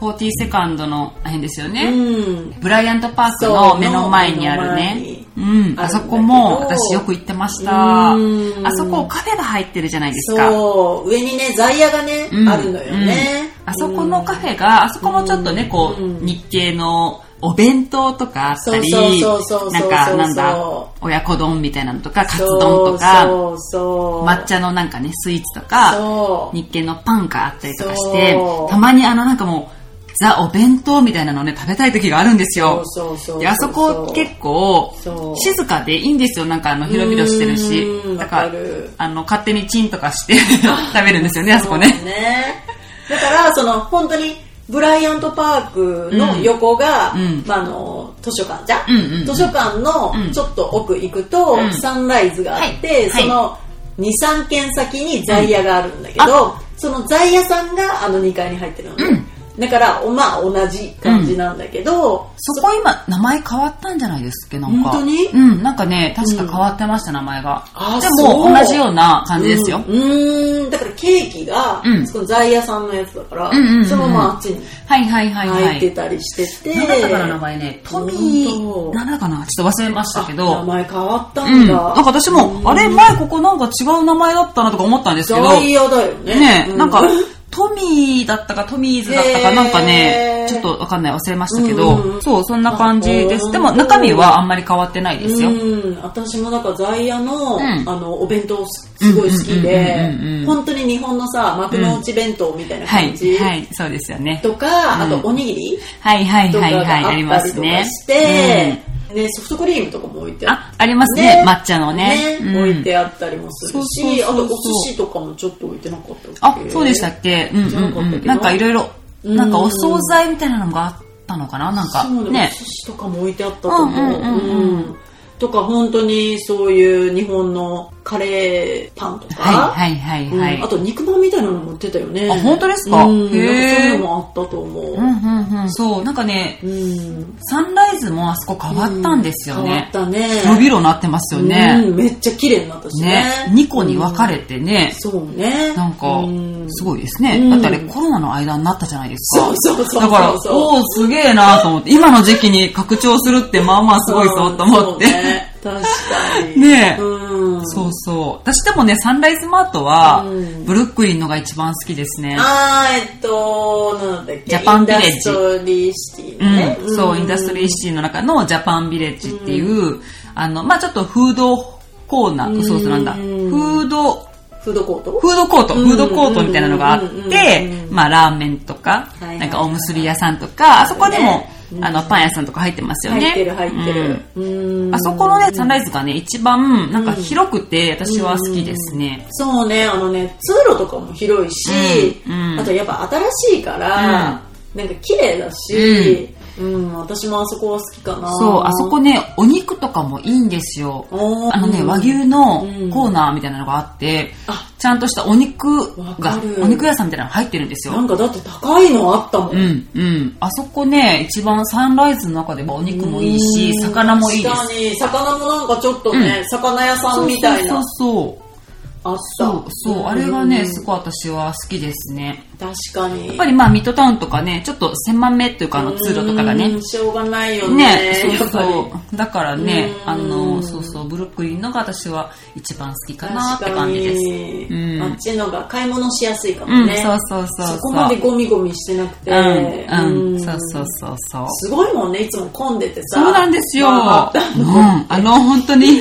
Speaker 1: 40セカンドの辺ですよね、
Speaker 2: うん
Speaker 1: ブライアントパーク
Speaker 2: そ
Speaker 1: の
Speaker 2: う
Speaker 1: 目の前にあるね。うん。
Speaker 2: あるんだけど
Speaker 1: あそこも私よく行ってました。
Speaker 2: うん
Speaker 1: あそこカフェが入ってるじゃないですか。
Speaker 2: そう上にね在野がね、
Speaker 1: うん
Speaker 2: あるのよね、
Speaker 1: うんあそこのカフェが、あそこもちょっとね、こ
Speaker 2: う
Speaker 1: う、
Speaker 2: ん
Speaker 1: 日系のお弁当とかあったり
Speaker 2: そうそうそうそうそう、
Speaker 1: な
Speaker 2: そ
Speaker 1: ん
Speaker 2: う
Speaker 1: か、なんだ、親子丼みたいなのとか、カツ丼とか、
Speaker 2: そうそう
Speaker 1: 抹茶のなんかね、スイーツとか、
Speaker 2: そう
Speaker 1: 日系のパンがあったりとかして
Speaker 2: そ、う
Speaker 1: たまにあのなんかもう、ザお弁当みたいなのね、食べたい時があるんですよ。
Speaker 2: そうそうそう
Speaker 1: であそこ結構
Speaker 2: そう
Speaker 1: 静かでいいんですよなんかあの広々してるし
Speaker 2: うん
Speaker 1: だか
Speaker 2: わからる
Speaker 1: あの勝手にチンとかして 食べるんですよねあそこ
Speaker 2: そう
Speaker 1: ね
Speaker 2: だからその本当にブライアントパークの横が、
Speaker 1: うん
Speaker 2: まあ、あの図書館じゃ、
Speaker 1: うんうんうん
Speaker 2: 図書館の
Speaker 1: うん
Speaker 2: ちょっと奥行くと、
Speaker 1: うん
Speaker 2: サンライズがあって、
Speaker 1: はいはい
Speaker 2: その23軒先に在野があるんだけど、その在野さんがあの2階に入ってるのね、
Speaker 1: うん
Speaker 2: だからおまあ同じ感じなんだけど、
Speaker 1: そこ今名前変わったんじゃないですっけなんか
Speaker 2: 本当に
Speaker 1: うんなんかね確か変わってました名前が
Speaker 2: あ
Speaker 1: でも
Speaker 2: そう
Speaker 1: 同じような感じですよ
Speaker 2: うんうーんだからケーキが、
Speaker 1: うん
Speaker 2: その在野さんのやつだから、
Speaker 1: んうんうんうん
Speaker 2: そのままあっちに
Speaker 1: はいはいはいは
Speaker 2: 入って
Speaker 1: い
Speaker 2: たりしてて、
Speaker 1: 何だったかな名前ねトミ
Speaker 2: 本
Speaker 1: ー
Speaker 2: 当
Speaker 1: なんだかなちょっと忘れましたけ
Speaker 2: 名
Speaker 1: ど
Speaker 2: 前変わった
Speaker 1: うん
Speaker 2: ん
Speaker 1: な
Speaker 2: だ、
Speaker 1: んか私もあれ前ここなんか違う名前だったなとか思ったんですけど
Speaker 2: 在野だよね
Speaker 1: ね
Speaker 2: う
Speaker 1: なんか、トミーだったかトミーズだったか
Speaker 2: へー
Speaker 1: なんかね、ちょっとわかんない、忘れましたけ
Speaker 2: うんうんう
Speaker 1: ど、
Speaker 2: ん
Speaker 1: そう、そんな感じで
Speaker 2: あ
Speaker 1: す。
Speaker 2: ー
Speaker 1: でも中身はあんまり変わってないですよ。
Speaker 2: うん私もなんか在野の,、
Speaker 1: ん
Speaker 2: あのお弁当すすごい好きで
Speaker 1: うんうんうんうんうん
Speaker 2: 本当に日本のさ幕の内弁当みたいな
Speaker 1: は
Speaker 2: 感
Speaker 1: い、
Speaker 2: じ、
Speaker 1: はい、そうですよね。
Speaker 2: とか、
Speaker 1: うん
Speaker 2: あとおにぎり
Speaker 1: はいはい
Speaker 2: と
Speaker 1: は
Speaker 2: か
Speaker 1: い
Speaker 2: が
Speaker 1: はい、あり
Speaker 2: あ
Speaker 1: ま
Speaker 2: ったり
Speaker 1: す
Speaker 2: と
Speaker 1: ね
Speaker 2: かして、。ね、ソフトクリームとかも置いて
Speaker 1: うん
Speaker 2: あっ
Speaker 1: あ、ありますね、抹茶のね。うん
Speaker 2: 置いてあったりもする
Speaker 1: そ
Speaker 2: し、
Speaker 1: うそうそうそう
Speaker 2: あとお寿司とかもちょっと置いてなかったっけ
Speaker 1: あ、そうでしたっけうんうん
Speaker 2: じゃなかった
Speaker 1: う
Speaker 2: け
Speaker 1: ん。
Speaker 2: ど
Speaker 1: なんかいろいろ、
Speaker 2: うん
Speaker 1: なんかお惣菜みたいなのがあったのかななんか
Speaker 2: そう、ね
Speaker 1: ね
Speaker 2: お。寿司とかも置いてあったと思う,、
Speaker 1: う
Speaker 2: う
Speaker 1: う
Speaker 2: んん
Speaker 1: んうんうん
Speaker 2: とか本当にそういう日本のカレーパンとか、
Speaker 1: はいはいはいは
Speaker 2: う
Speaker 1: い
Speaker 2: んあ。と肉まんみたいなのも売ってたよね
Speaker 1: あ本当ですか
Speaker 2: うん、なんかそう
Speaker 1: へー
Speaker 2: いうのもあったと思う、
Speaker 1: うんうんうん、そう、なんかね、
Speaker 2: うん
Speaker 1: サンライズもあそこ変わったんですよ
Speaker 2: 変わっ
Speaker 1: ね。
Speaker 2: たね
Speaker 1: 広々なってますよ
Speaker 2: う
Speaker 1: ね。
Speaker 2: ん、めっちゃ綺麗になったし
Speaker 1: ね
Speaker 2: ね、
Speaker 1: 2個に分かれてね、
Speaker 2: そうね
Speaker 1: なんか
Speaker 2: う、
Speaker 1: すごいですね。
Speaker 2: うん
Speaker 1: だってあれコロナの間になったじゃないですか。
Speaker 2: そうそうそうそう
Speaker 1: だから、
Speaker 2: そう
Speaker 1: おおすげえなと思って、今の時期に拡張するってまあまあすごいぞと思って。
Speaker 2: そうね確かに
Speaker 1: ねえ
Speaker 2: うん
Speaker 1: そうそう。私でもね、サンライズマートは
Speaker 2: う、ん
Speaker 1: ブルックリンのが一番好きですね。
Speaker 2: あーえっとなんだっけ
Speaker 1: ジャパンビレッジ
Speaker 2: インダストリーシテ
Speaker 1: う
Speaker 2: ィね、
Speaker 1: ん、そう、インダストリーシティの中のジャパンビレッジっていう、あの、まあちょっとフードコーナー、
Speaker 2: うん
Speaker 1: そうそうなんだ、フード、
Speaker 2: フードコート
Speaker 1: フードコート、
Speaker 2: うん
Speaker 1: フードコートみたいなのがあっ
Speaker 2: うん
Speaker 1: て、まあラーメンとか、
Speaker 2: いはいはい
Speaker 1: なんかおむすび屋さんとか、あそこでも
Speaker 2: ね、
Speaker 1: あの、パン屋さんとか入ってますよね。
Speaker 2: 入ってる入ってる、う
Speaker 1: うんんあそこのね、サンライズがね、一番、なんか広くて、私は好きですね。
Speaker 2: そうねあのね通路とかも広いし、
Speaker 1: うんうん
Speaker 2: あとやっぱ新しいから、なんか綺麗だし、うん私もあそこは好きかな
Speaker 1: そう、あそこね、お肉とかもいいんですよ。
Speaker 2: おー
Speaker 1: あのね、
Speaker 2: うん
Speaker 1: 和牛の
Speaker 2: うん
Speaker 1: コーナーみたいなのがあって
Speaker 2: あ、
Speaker 1: ちゃんとしたお肉
Speaker 2: わか
Speaker 1: が
Speaker 2: る、
Speaker 1: お肉屋さんみたいなのが入ってるんですよ
Speaker 2: な。んかだって高いのあったもん、
Speaker 1: うん、うん。あそこね、一番サンライズの中でもお肉もいいし、魚もいいです
Speaker 2: 確かに魚もなんかちょっとね、魚屋さんみたいな
Speaker 1: そうそうそうそう
Speaker 2: あった
Speaker 1: そうそうあれがねすごい私は好きですね
Speaker 2: 確かに
Speaker 1: やっぱりまあミッドタウンとかねちょっと狭めというかあの通路とかがね
Speaker 2: うんしょうがないよね
Speaker 1: ね、そう
Speaker 2: やっ
Speaker 1: そ
Speaker 2: ぱ
Speaker 1: う。だからね、
Speaker 2: うん
Speaker 1: あの、そうそう、ブロックリンのが私は一番好きか
Speaker 2: り
Speaker 1: なって
Speaker 2: 確か
Speaker 1: 感じです。
Speaker 2: に、
Speaker 1: うん
Speaker 2: あっちのが買い物しやすいか
Speaker 1: う
Speaker 2: も
Speaker 1: ん、
Speaker 2: ね、
Speaker 1: そうそうそうそう。
Speaker 2: そこまでゴミゴミしてなくて、
Speaker 1: うん、う、
Speaker 2: うんん
Speaker 1: そうそうそうそう。
Speaker 2: すごいもんねいつも混んでてさ
Speaker 1: そうなんですよ。うん、
Speaker 2: わ
Speaker 1: あ
Speaker 2: かった
Speaker 1: の、本当に、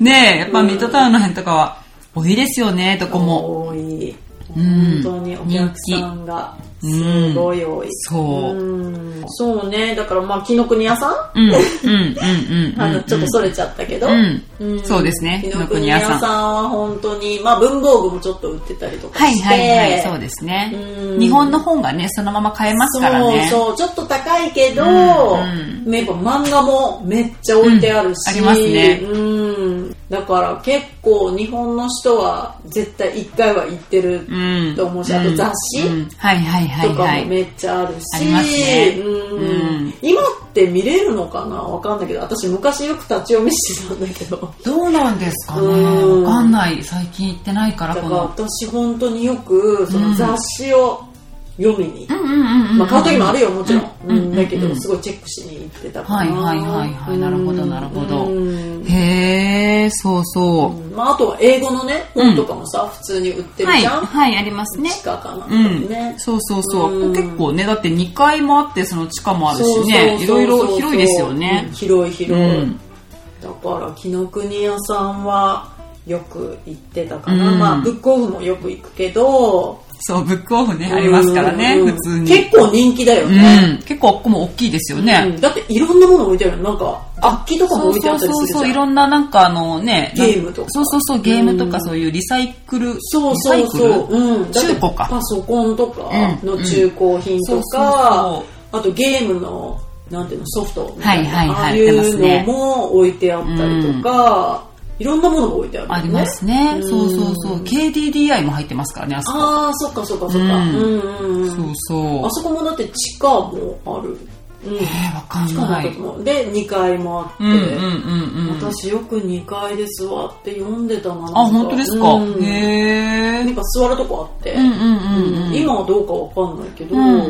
Speaker 1: ねえ、やっぱミッドタウンの辺とかは、多いですよね、どこも。
Speaker 2: 多い
Speaker 1: うん
Speaker 2: 本当にお客さんがすごい多い、
Speaker 1: そう
Speaker 2: うんそうねだからまあ紀ノ国屋さん
Speaker 1: うん、うん、うん、うん。
Speaker 2: あのちょっとそれちゃったけど、
Speaker 1: うん
Speaker 2: ん
Speaker 1: そうですね
Speaker 2: 紀ノ国屋さんは本当にまあ文房具もちょっと売ってたりとか
Speaker 1: はい
Speaker 2: して、
Speaker 1: はいはい、そうですね。
Speaker 2: うん
Speaker 1: 日本の本がね、そのまま買えますからね。
Speaker 2: そうそうちょっと高いけど、
Speaker 1: ん
Speaker 2: やっぱ漫画もめっちゃ置いてあるし、
Speaker 1: うんありますね
Speaker 2: うんだから結構日本の人は絶対一回は行ってる
Speaker 1: うん。
Speaker 2: と思うし、あと雑誌、
Speaker 1: うんうんはいはいはい
Speaker 2: とか
Speaker 1: はい
Speaker 2: も。めっちゃあるし、
Speaker 1: ありますね
Speaker 2: うん
Speaker 1: うん
Speaker 2: 今って見れるのかなわかんないけど私昔よく立ち読みしてたんだけど
Speaker 1: どうなんですかね
Speaker 2: うん
Speaker 1: わかんない最近行ってないから
Speaker 2: だか
Speaker 1: こ
Speaker 2: ら
Speaker 1: の
Speaker 2: 私本当によくその雑誌を読みに、
Speaker 1: うんうんうんうん
Speaker 2: まあ、買う時もあるよもちろん、
Speaker 1: うん
Speaker 2: うんだけ
Speaker 1: うんう
Speaker 2: ど
Speaker 1: ん
Speaker 2: すごいチェックしに行ってたか
Speaker 1: はい
Speaker 2: ら
Speaker 1: はいはいはいなるほどなるほど
Speaker 2: うん
Speaker 1: へえそうそう
Speaker 2: まあ、あとは英語のね
Speaker 1: うん
Speaker 2: 本とかもさ、普通に売ってる
Speaker 1: はい
Speaker 2: じゃん、
Speaker 1: はいありますね
Speaker 2: 地下かなんか
Speaker 1: う
Speaker 2: で
Speaker 1: ん
Speaker 2: ね、
Speaker 1: そうそうそう、
Speaker 2: うん
Speaker 1: 結構ねだって2階もあってその地下もある
Speaker 2: そう
Speaker 1: しねい
Speaker 2: そうそうそう
Speaker 1: ろいろ広いですよね
Speaker 2: うん、広い広い、
Speaker 1: うん
Speaker 2: だから紀ノ国屋さんはよく行ってたかな、
Speaker 1: うん
Speaker 2: まあブックオフもよく行くけど
Speaker 1: そうブックオフねありますからね
Speaker 2: うん
Speaker 1: 普通に
Speaker 2: 結構人気だよ
Speaker 1: う
Speaker 2: ね、
Speaker 1: ん結構ここも大きいですよね、
Speaker 2: うんだっていろんなもの置いてあるよなんか楽器とかも
Speaker 1: そう
Speaker 2: 置いてあ
Speaker 1: そう
Speaker 2: ったり
Speaker 1: そう
Speaker 2: する
Speaker 1: そう
Speaker 2: じ
Speaker 1: い
Speaker 2: ゃん
Speaker 1: ろんななんかあのね
Speaker 2: ゲームとか
Speaker 1: そうそうそうゲームとか
Speaker 2: うん
Speaker 1: そういうリサイクル
Speaker 2: そうそうそう、
Speaker 1: リサイクル
Speaker 2: うん、だって
Speaker 1: 中古か
Speaker 2: パソコンとか
Speaker 1: うん
Speaker 2: の中古品
Speaker 1: そ
Speaker 2: と
Speaker 1: うそう
Speaker 2: か
Speaker 1: そう、
Speaker 2: あとゲームのなんていうのソフトみたいな、
Speaker 1: はいはいはい
Speaker 2: ああい
Speaker 1: やってますね
Speaker 2: うのも置いてあったりとか、いろんなものが置いてある、ね、
Speaker 1: ありますね。
Speaker 2: ん
Speaker 1: そうそうそう。KDDI も入ってますからね、あそこ。
Speaker 2: ああそっかそっかそっか、
Speaker 1: う
Speaker 2: うんん、うんうん
Speaker 1: そうそう
Speaker 2: あ。そこもだって地下もある、うん、
Speaker 1: えー、わか
Speaker 2: 地
Speaker 1: ん
Speaker 2: 下
Speaker 1: な
Speaker 2: の
Speaker 1: い
Speaker 2: と。こもで2階もあって、
Speaker 1: うんうんうんうん。
Speaker 2: 私よく2階で座って読んでたななん
Speaker 1: あ、
Speaker 2: か
Speaker 1: 本当ですか。
Speaker 2: うん
Speaker 1: へ
Speaker 2: なん
Speaker 1: え。
Speaker 2: か座るとこあって、
Speaker 1: うんうんうんうん。
Speaker 2: 今はどうかわかんないけど、
Speaker 1: うんうん。
Speaker 2: う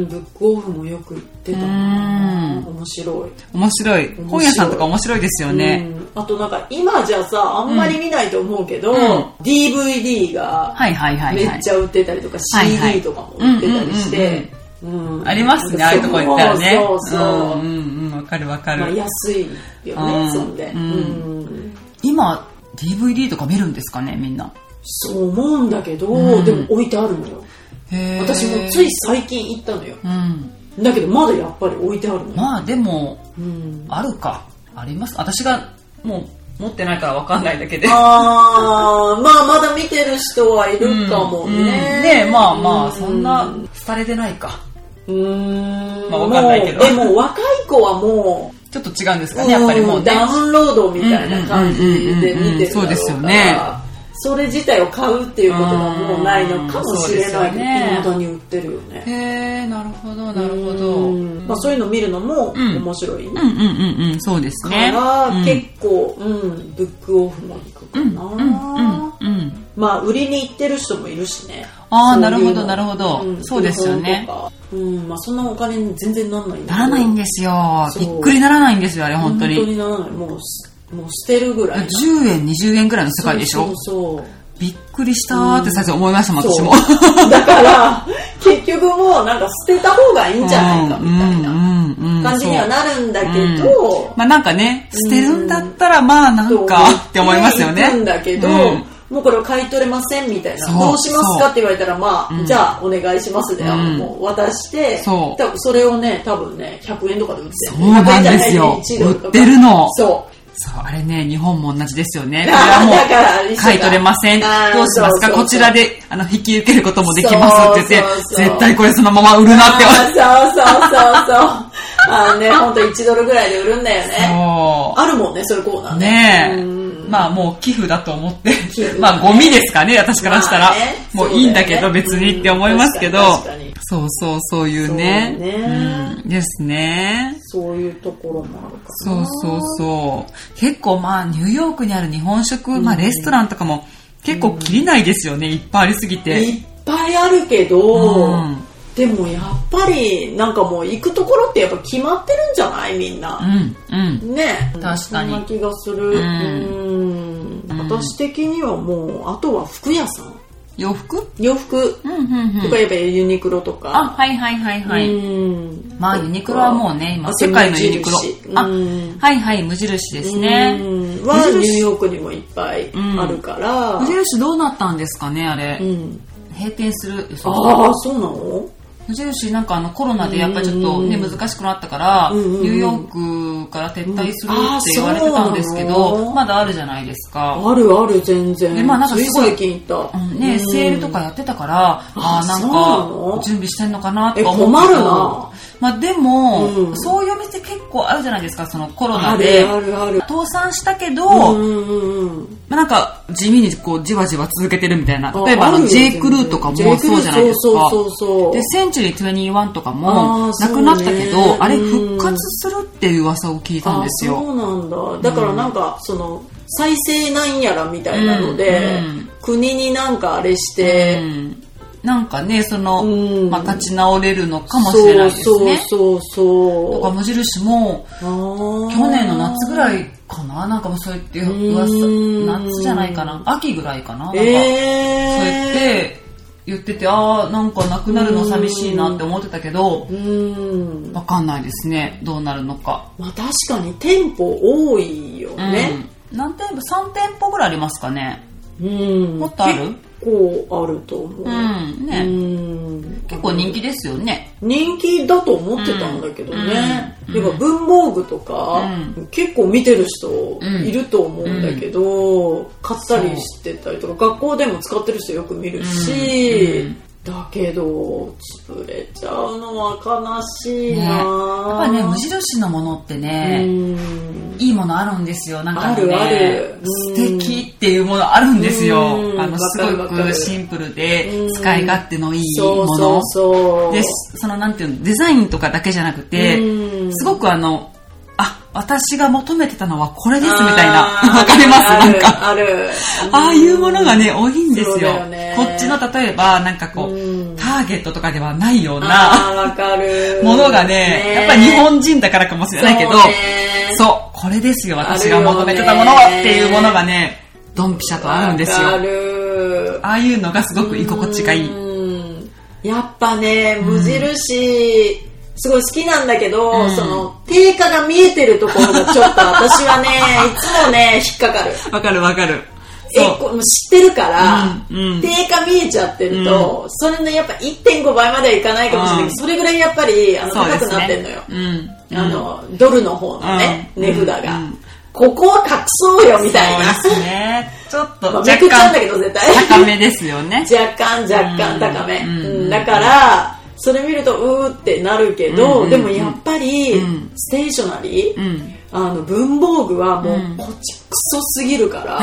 Speaker 2: ん、ブックオフもよく行ってた
Speaker 1: う
Speaker 2: な。
Speaker 1: ん
Speaker 2: 面白い。
Speaker 1: 面白い。本屋さんとか面白いですよね。
Speaker 2: うんあとなんか今じゃさ、あんまり見ないと思うけど、
Speaker 1: うん
Speaker 2: DVD が
Speaker 1: はいはいはい
Speaker 2: め
Speaker 1: はい
Speaker 2: っち。ゃ売ってたりとか、
Speaker 1: はいはい
Speaker 2: CD とかも売ってたりして、うん
Speaker 1: ありますね、ああいうとこ行ったらね。
Speaker 2: そうそうそう
Speaker 1: うんうんうん、わかるわか
Speaker 2: まあ、
Speaker 1: る。
Speaker 2: 安いよ
Speaker 1: う
Speaker 2: ね、
Speaker 1: ん
Speaker 2: そんで、
Speaker 1: うん
Speaker 2: うん
Speaker 1: 今、DVD とか見るんですかね、みんな。
Speaker 2: そう思うんだけど、
Speaker 1: うん
Speaker 2: でも置いてあるのよ。
Speaker 1: へえ。
Speaker 2: 私もつい。最近行ったのよ。
Speaker 1: うん。
Speaker 2: だけどまだやっぱり置いてあるのよ。
Speaker 1: まあでも、
Speaker 2: うん
Speaker 1: あるか。あります。私がもう持ってないからわかんないだけで。
Speaker 2: あー、まあまだ見てる人はいるかもね。
Speaker 1: うんねまあまあ、
Speaker 2: う
Speaker 1: そんな、廃れてないか。
Speaker 2: うーん。
Speaker 1: まあわかんないけど
Speaker 2: もうでも若い子はも
Speaker 1: ちょっと違うんです
Speaker 2: う、
Speaker 1: かね、やっぱりもう
Speaker 2: うん
Speaker 1: ね。
Speaker 2: ダウンロードみたいな感じで見てるだろから
Speaker 1: うんうんうんうんそうですよね
Speaker 2: それ自体を買うっていうことがもうないのかもしれないけ
Speaker 1: う
Speaker 2: ど、
Speaker 1: んそうですよね
Speaker 2: 未だに売ってるよね。
Speaker 1: へー、なるほど、なるほ
Speaker 2: う
Speaker 1: ど。うん
Speaker 2: んまあそういうの見るのも
Speaker 1: ん
Speaker 2: 面白い。
Speaker 1: うんうんうん、そうです
Speaker 2: か
Speaker 1: ね。
Speaker 2: ら、
Speaker 1: うん
Speaker 2: 結構、うん、ブックオフも行くかな。
Speaker 1: うんうんうん。
Speaker 2: まあ売りに行ってる人もいるしね
Speaker 1: あー
Speaker 2: そういうの
Speaker 1: なるほどなるほどそうですよね
Speaker 2: 基本とかうんまあそんなお金に全然なんないんだ
Speaker 1: ならないん
Speaker 2: だ
Speaker 1: ですよ。
Speaker 2: そう
Speaker 1: びっくりならないんですよ、あれ、本当
Speaker 2: 本当
Speaker 1: に。
Speaker 2: にならないもうすもう捨てるぐらい
Speaker 1: 10円、20円ぐらいの世界でしょ
Speaker 2: そうそう
Speaker 1: びっくりしたーって最初思いましたもん、
Speaker 2: そう
Speaker 1: 私も。
Speaker 2: そうだから結局もうなんか捨てた方がいいんじゃないかみたいな
Speaker 1: うんうんうん
Speaker 2: 感じにはなるんだけ
Speaker 1: そう
Speaker 2: ど
Speaker 1: まあなんかね、捨てるんだったら、まあな
Speaker 2: と
Speaker 1: んかって思いますよね。
Speaker 2: 行くんだけど
Speaker 1: うん
Speaker 2: もうこれを買い取れませんみたいな
Speaker 1: そう
Speaker 2: どうします
Speaker 1: そう
Speaker 2: かって言われたらまあじゃあお願いしますであのもう渡して
Speaker 1: そう
Speaker 2: 多分それをね多分ね100円とかで売ってる
Speaker 1: そうなんですよ
Speaker 2: 100円じゃないね1ドルとか
Speaker 1: 売ってるの
Speaker 2: そう
Speaker 1: そう、あれね、日本も同じですよ ね。これはも
Speaker 2: だから一緒
Speaker 1: う、
Speaker 2: だ
Speaker 1: 買い取れません。
Speaker 2: あー
Speaker 1: どうしますか
Speaker 2: そうそうそ
Speaker 1: こ
Speaker 2: う
Speaker 1: ちらで、あの、引き受けることもできますって言って、
Speaker 2: そうそうそう
Speaker 1: 絶対これそのまま売るなって思
Speaker 2: あー
Speaker 1: って。
Speaker 2: そうそうそうそうあのね本当1ドルぐらいで売るんだよね
Speaker 1: そ
Speaker 2: あるもんねそういうコーナー
Speaker 1: う。ねえ
Speaker 2: うん。
Speaker 1: まあもう寄付だと思って
Speaker 2: 寄付。
Speaker 1: まあゴミですかね、私からしたら
Speaker 2: まあね。
Speaker 1: もういいんだけ
Speaker 2: そうだ
Speaker 1: ど
Speaker 2: よね
Speaker 1: 別にって思いますけど
Speaker 2: うん確かに確。
Speaker 1: そうそう、そういうね。
Speaker 2: そうね
Speaker 1: うんですね。
Speaker 2: そういうところもあるか
Speaker 1: そうそうそう。結構まあ、ニューヨークにある日本食、まあレストランとかも結構切りないですよね、いっぱいありすぎて。
Speaker 2: いっぱいあるけど、
Speaker 1: うん
Speaker 2: でもやっぱりなんかもう行くところってやっぱ決まってるんじゃないみん
Speaker 1: う
Speaker 2: な、
Speaker 1: ん、うん。
Speaker 2: ね
Speaker 1: 確かに
Speaker 2: そんな気がす
Speaker 1: う
Speaker 2: る、うんん私的にはもうあとは服屋さん
Speaker 1: 洋服
Speaker 2: 洋服
Speaker 1: うん、うん、う
Speaker 2: と
Speaker 1: ん
Speaker 2: か。やっぱりユニクロとか、
Speaker 1: あ、はいはいはいはい。
Speaker 2: うん
Speaker 1: まあユニクロはもうね、今
Speaker 2: あと
Speaker 1: 世界のユニクロ
Speaker 2: 無印。
Speaker 1: あ
Speaker 2: うん、
Speaker 1: はいはい、無印ですね。
Speaker 2: うんは
Speaker 1: 無
Speaker 2: ニュー
Speaker 1: 印
Speaker 2: ヨークにもいっぱいあるから、
Speaker 1: 無印どうなったんですかね、あれ
Speaker 2: う。ん
Speaker 1: 閉店する予想
Speaker 2: ああそうなの
Speaker 1: 無印なんかあのコロナでやっぱりちょっとね、
Speaker 2: うん
Speaker 1: 難しくなったから、
Speaker 2: うんうんうん
Speaker 1: ニューヨークから撤退する
Speaker 2: うんあー
Speaker 1: って言われてたんですけ
Speaker 2: そうな
Speaker 1: ど、
Speaker 2: の
Speaker 1: まだあるじゃないですか。
Speaker 2: あるある全然
Speaker 1: でまあなんかすごい
Speaker 2: つ最近行った、
Speaker 1: うんね、セールとかやってたから、あ
Speaker 2: あ
Speaker 1: あ、なん
Speaker 2: そうな
Speaker 1: か
Speaker 2: の、
Speaker 1: 準備してんのかなとか思うけ
Speaker 2: え困る
Speaker 1: ど
Speaker 2: な、
Speaker 1: まあでも、
Speaker 2: うん
Speaker 1: そういうお店結構あるじゃないですか、そのコロナ
Speaker 2: あ
Speaker 1: で
Speaker 2: る。あるある
Speaker 1: 倒産したけど、
Speaker 2: うんうんうん
Speaker 1: まあなんか地味にこうじわじわ続けてるみたいな。
Speaker 2: あ
Speaker 1: 例えばあ
Speaker 2: ある
Speaker 1: の
Speaker 2: よ
Speaker 1: J. クルーとかも
Speaker 2: J. クルー
Speaker 1: そうじゃないですか。
Speaker 2: そうそうそうそう
Speaker 1: で、センチュリー21とか
Speaker 2: あ
Speaker 1: も
Speaker 2: ー
Speaker 1: なくなったけ
Speaker 2: そ
Speaker 1: ど、
Speaker 2: うね
Speaker 1: あれ復活するっていう噂を聞いたんです
Speaker 2: あ
Speaker 1: よ。
Speaker 2: そうなんだだからなんか、その再生なんやらみたいなので、
Speaker 1: うんうん
Speaker 2: 国になんかあれし
Speaker 1: う
Speaker 2: て、
Speaker 1: んなんかね、その、
Speaker 2: うん
Speaker 1: まあ立ち直れるのかもしれないですね。
Speaker 2: そうそう
Speaker 1: と
Speaker 2: そ
Speaker 1: か
Speaker 2: う
Speaker 1: 無印も
Speaker 2: そう
Speaker 1: 去年の夏ぐ
Speaker 2: い
Speaker 1: らいかななんかもうそう言って
Speaker 2: うん
Speaker 1: 噂、夏じゃないかな秋ぐらいかななんかそうやっ
Speaker 2: ええ
Speaker 1: て言ってて、ああ、なんかなくなるの寂しいなって思ってたけど、
Speaker 2: ー、うん
Speaker 1: わかんないですね、どうなるのか。
Speaker 2: まあ確かに店舗多いよ
Speaker 1: うん
Speaker 2: ね、。
Speaker 1: 何店舗 ?3 店舗ぐらいありますかね。
Speaker 2: うん
Speaker 1: もっとある
Speaker 2: 結構あると思う、
Speaker 1: うん、
Speaker 2: う
Speaker 1: ね。
Speaker 2: ん
Speaker 1: 結構人気ですよね。
Speaker 2: 人気だと思ってたんだけどね、
Speaker 1: うん
Speaker 2: やっぱ文房具とか、
Speaker 1: う
Speaker 2: 結構見てる人
Speaker 1: うん
Speaker 2: いると思うんだけど、買ったりしてたりとか学校でも使ってる人よく見るし、
Speaker 1: うんうん
Speaker 2: だけど潰れちゃうのは悲しいな、
Speaker 1: ねやっぱりね、無印のものってね、
Speaker 2: うん
Speaker 1: いいものあるんですよ。なんかね、
Speaker 2: あるある
Speaker 1: 素敵っていうものあるんですよ
Speaker 2: う。ん
Speaker 1: あの、すご
Speaker 2: わかるわか
Speaker 1: く
Speaker 2: る
Speaker 1: シンプルで
Speaker 2: う、ん
Speaker 1: 使い勝手のいい
Speaker 2: そう
Speaker 1: も
Speaker 2: そ
Speaker 1: の
Speaker 2: う。そう
Speaker 1: で、その、なんていうの、デザインとかだけじゃなくて、
Speaker 2: うん
Speaker 1: すごくあの、あ、私が求めてたのはこれですみたい な。
Speaker 2: あー
Speaker 1: わかります
Speaker 2: あ
Speaker 1: なん
Speaker 2: る
Speaker 1: か。
Speaker 2: ある
Speaker 1: ああいうものがね、多いんです
Speaker 2: そう
Speaker 1: よ。
Speaker 2: だよね
Speaker 1: こっちの、例えば、なんかこう、
Speaker 2: うん
Speaker 1: ターゲットとかではないよう
Speaker 2: あ
Speaker 1: な
Speaker 2: ーわかる
Speaker 1: ものがね、やっぱり日本人だからかもしれないけど、
Speaker 2: そうね
Speaker 1: そう、これですよ、私が
Speaker 2: あるよね
Speaker 1: 求めてたものはっていうものがね、ドンピシャとあるんです
Speaker 2: わか
Speaker 1: よ。
Speaker 2: る
Speaker 1: ああいうのがすごく居心地がいい。
Speaker 2: うんやっぱね無印、すごい好きなんだけど、
Speaker 1: うん
Speaker 2: その定価が見えてるところがちょ っと私はねいつもね引っかかる
Speaker 1: わかるわかる。
Speaker 2: え
Speaker 1: そう。
Speaker 2: こう知ってるから、
Speaker 1: うんうん
Speaker 2: 定価見えちゃってると、それのやっぱ1.5倍まではいかないかもしれないけど、
Speaker 1: うん
Speaker 2: それぐらいやっぱりあの
Speaker 1: そうで
Speaker 2: 高
Speaker 1: す
Speaker 2: くなってんのよ、
Speaker 1: ね。うん。
Speaker 2: あの、ドルの方のね、
Speaker 1: うん
Speaker 2: 値札が、
Speaker 1: うん
Speaker 2: ここは隠そうよみたいな。
Speaker 1: そうですね。ちょっと
Speaker 2: まあ
Speaker 1: 若
Speaker 2: めくっちゃうんだ
Speaker 1: 干
Speaker 2: けど絶対。
Speaker 1: 高めですよね。
Speaker 2: 若干若干高め、
Speaker 1: うん
Speaker 2: うんだからそれ見るとうーってなるけ
Speaker 1: うんうん
Speaker 2: ど、
Speaker 1: うん
Speaker 2: でもやっぱり、
Speaker 1: うん
Speaker 2: ステーショナリー、
Speaker 1: うん。
Speaker 2: あの文房具はもう
Speaker 1: うん
Speaker 2: こっちクソすぎる から、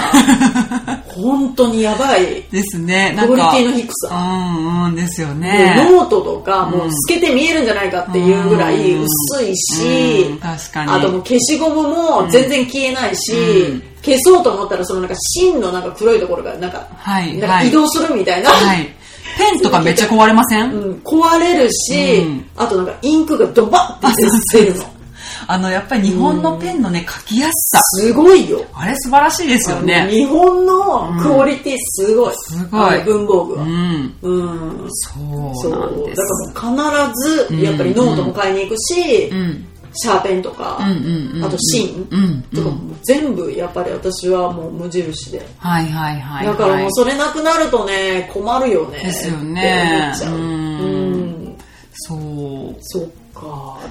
Speaker 2: 本当にやばい
Speaker 1: ですね。な
Speaker 2: ク
Speaker 1: ん
Speaker 2: オリテ
Speaker 1: か。
Speaker 2: ィの低さ、
Speaker 1: うんうんですよ
Speaker 2: もう
Speaker 1: ね。
Speaker 2: ノートとかもう透けて見えるんじゃないかっていうぐらい薄いし、
Speaker 1: うん確かに。
Speaker 2: あともう消しゴムも全然消えないし、
Speaker 1: うん
Speaker 2: 消そうと思ったらそのなんか芯のなんか黒いところがなんか,、
Speaker 1: はい
Speaker 2: なんか移動するみたいな、
Speaker 1: はい。ペンとかめっちゃ壊れません
Speaker 2: うん、壊れるし、
Speaker 1: うん
Speaker 2: あとなんかインクがドバッて 出てるの。
Speaker 1: あの、やっぱり日本のペンのね、書きやすさ。
Speaker 2: すごいよ。
Speaker 1: あれ素晴らしいですよ
Speaker 2: あの
Speaker 1: ね。
Speaker 2: 日本のクオリティすごい。
Speaker 1: すごい
Speaker 2: あの文房具
Speaker 1: う
Speaker 2: は。
Speaker 1: ん。
Speaker 2: うん。
Speaker 1: そう
Speaker 2: そう。だ
Speaker 1: なんです。
Speaker 2: からもう必ず、やっぱりノートも買いに行くし、
Speaker 1: うん。
Speaker 2: シャーペンとか、
Speaker 1: うんうんうん。
Speaker 2: あと芯
Speaker 1: うん。う
Speaker 2: とか
Speaker 1: ん。
Speaker 2: も全部やっぱり私はもう無印で。
Speaker 1: はいはいはいはい。
Speaker 2: だからもうそれなくなるとね、困るよね。
Speaker 1: ですよね
Speaker 2: って思っちゃう。
Speaker 1: う
Speaker 2: うんん。
Speaker 1: そう。
Speaker 2: そっか。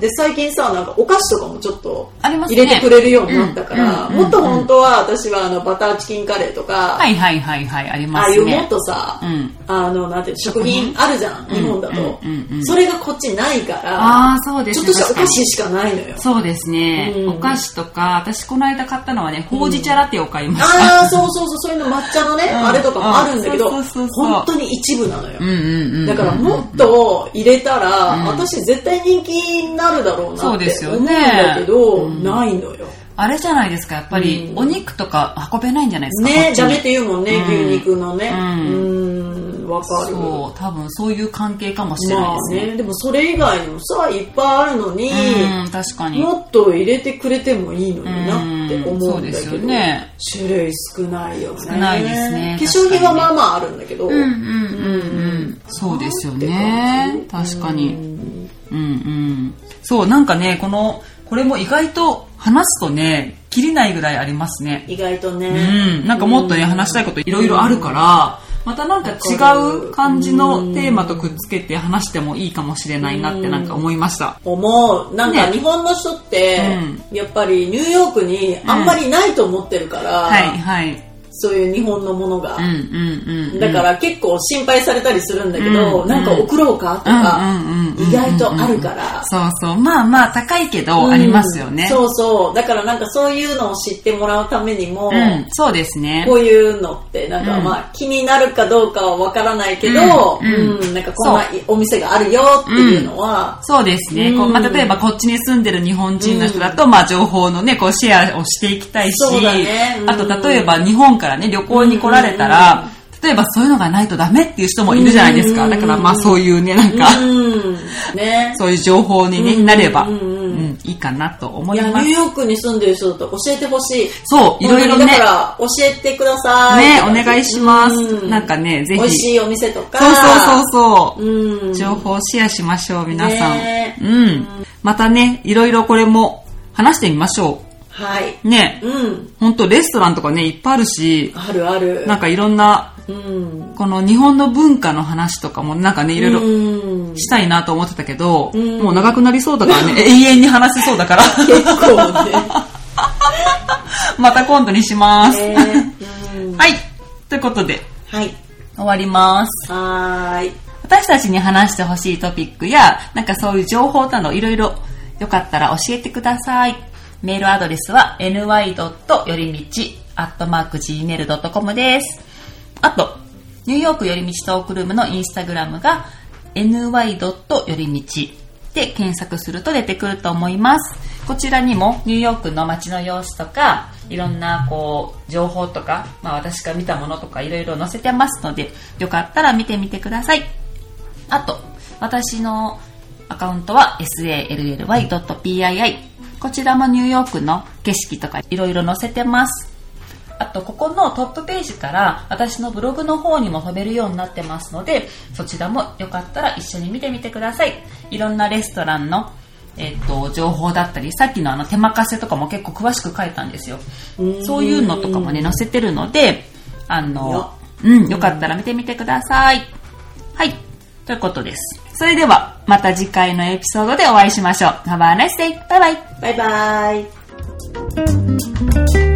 Speaker 2: で、最近さ、なんかお菓子とかもちょっと
Speaker 1: ありますね
Speaker 2: 入れてくれるようになったから、
Speaker 1: うんうんうん
Speaker 2: もっと本当は私はあのバターチキンカレーとか、
Speaker 1: はいはいはいはい、ありま
Speaker 2: ああい
Speaker 1: す
Speaker 2: うもっ
Speaker 1: ね。
Speaker 2: とさ、
Speaker 1: うん
Speaker 2: あの、なんていうの食品あるじゃん、日本だと
Speaker 1: うんうんうんう。ん
Speaker 2: それがこっちないから、
Speaker 1: ああ、そうです
Speaker 2: ちょっ
Speaker 1: ね。
Speaker 2: としたお
Speaker 1: 確かに
Speaker 2: 菓子しかないのよ。
Speaker 1: そうですね、
Speaker 2: うん
Speaker 1: お菓子とか、私この間買ったのはね、ほうじ茶ラテを買いました。
Speaker 2: ああ、そうそうそう、そういうの抹茶のね、
Speaker 1: ん
Speaker 2: あれとかもあるんだけど、
Speaker 1: うんそうそうそうそう
Speaker 2: 本当に一部なのよ。
Speaker 1: うんうんうん。
Speaker 2: だからもっと入れたら、私絶対人気になるだろうな
Speaker 1: そう
Speaker 2: っ
Speaker 1: で
Speaker 2: て
Speaker 1: すよね
Speaker 2: 思うんだけど、
Speaker 1: うん
Speaker 2: ないのよ。
Speaker 1: あれじゃないですか、やっぱり、
Speaker 2: うん
Speaker 1: お肉とか運べないんじゃないですか。こっ
Speaker 2: ね
Speaker 1: ち
Speaker 2: ダ
Speaker 1: に
Speaker 2: メって言うもんね、
Speaker 1: うん
Speaker 2: 牛肉のね。
Speaker 1: うん
Speaker 2: うん、わかる。
Speaker 1: そう、多分そういう関係かもしれない
Speaker 2: ま
Speaker 1: で
Speaker 2: あ
Speaker 1: すね。
Speaker 2: ね、でもそれ以外にもさ、いっぱいあるのに、
Speaker 1: うん、確かに。
Speaker 2: もっと入れてくれてもいいのになって思
Speaker 1: う
Speaker 2: うん
Speaker 1: そうで
Speaker 2: んだ
Speaker 1: す
Speaker 2: け
Speaker 1: よ
Speaker 2: ど、
Speaker 1: ね
Speaker 2: 種類少ないよね
Speaker 1: 少ないですね
Speaker 2: 化粧
Speaker 1: 確
Speaker 2: 品は
Speaker 1: か
Speaker 2: まあまああるんだけど、
Speaker 1: うんうんうんうん。そうですよね。確かに。うんうん。そう、なんかね、この、これも意外と話すとね、切りないぐらいありますね。
Speaker 2: 意外とね、
Speaker 1: うん。なんかもっとね、話したいこといろいろあるから、またなんか違う感じのテーマとくっつけて話してもいいかもしれないなってなんか思いました。
Speaker 2: 思うなんか
Speaker 1: ね
Speaker 2: 日本の人って、やっぱりニューヨークにあんまりないと思ってるから、
Speaker 1: はいはい。
Speaker 2: そういう日本のものが、
Speaker 1: うんうんうん。
Speaker 2: だから結構心配されたりするんだけど、
Speaker 1: うん
Speaker 2: なんか送ろうかとか、
Speaker 1: うんうんうんうんうん
Speaker 2: 意外とあるから、
Speaker 1: そうそう。まあまあ、高いけど、ありますよ
Speaker 2: う
Speaker 1: ね
Speaker 2: ん。そうそうだからなんかそういうのを知ってもらうためにも、
Speaker 1: うん、そうですね
Speaker 2: こ。ういうのってなんか
Speaker 1: うん
Speaker 2: まあ気になるかどうかはわからないけど、
Speaker 1: うんうん
Speaker 2: うんなんかこんなお店があるよっていうのは、
Speaker 1: そうですね。
Speaker 2: うん
Speaker 1: こうまあ、例えばこっちに住んでる日本人の人だと、まあ情報のね、こうシェアをしていきたいし、
Speaker 2: そうだねうん
Speaker 1: あと例えば日本からね、旅行に来られたら、例えばそういうのがないとダメっていう人もいるじゃないですか。
Speaker 2: うん
Speaker 1: だからまあそういうね、なんか、
Speaker 2: うん、ね。
Speaker 1: そういう情報に、ねなれば、う
Speaker 2: うんんうんうん
Speaker 1: いいかなと思
Speaker 2: い
Speaker 1: い
Speaker 2: や、ニュ
Speaker 1: ま
Speaker 2: ー
Speaker 1: す。
Speaker 2: ヨークに住んでる人だと教えてほしい。
Speaker 1: そう、いろいろね
Speaker 2: だ、から教えてください。
Speaker 1: ね、お願いします。
Speaker 2: うん
Speaker 1: なんかね、ぜひ。
Speaker 2: 美味しいお店とか。
Speaker 1: そうそうそうそう。
Speaker 2: うん。
Speaker 1: 情報をシェアしましょう、皆さん。
Speaker 2: ね
Speaker 1: うん。またね、いろいろこれも話してみましょ
Speaker 2: はい。
Speaker 1: う。ね、
Speaker 2: うん。
Speaker 1: ほんとレストランとかね、いっぱいあるし、
Speaker 2: あるある。
Speaker 1: なんかいろんな、
Speaker 2: うん。
Speaker 1: この日本の文化の話とかもなんかね、いろいろ
Speaker 2: うん
Speaker 1: したいなと思ってたけど、
Speaker 2: ん
Speaker 1: もう長くなりそうだからね、永遠に話せそうだから、
Speaker 2: 結構ね。
Speaker 1: また今度にします。
Speaker 2: ねうん
Speaker 1: はい。ということで、
Speaker 2: はい。
Speaker 1: 終わります。
Speaker 2: はーい。
Speaker 1: 私たちに話してほしいトピックや、なんかそういう情報などいろいろよかったら教えてください。メールアドレスは ny. よりみち .gmail.com です。あと、ニューヨークよりみちトークルームのインスタグラムが ny. よりみちで検索すると出てくると思います。こちらにもニューヨークの街の様子とか、いろんなこう情報とか、まあ、私が見たものとかいろいろ載せてますので、よかったら見てみてください。あと、私のアカウントは sally.pii。こちらもニューヨークの景色とかいろいろ載せてます。あと、ここのトップページから私のブログの方にも飛べるようになってますので、そちらもよかったら一緒に見てみてください。いろんなレストランの、えっと、情報だったり、さっきのあの手任せとかも結構詳しく書いたんですよ。そういうのとかもね、載せてるので、あの、うん、よかったら見てみてください。はい。ということです。それでは、また次回のエピソードでお会いしましょう。Have a nice day! バイバイ
Speaker 2: バイバイ。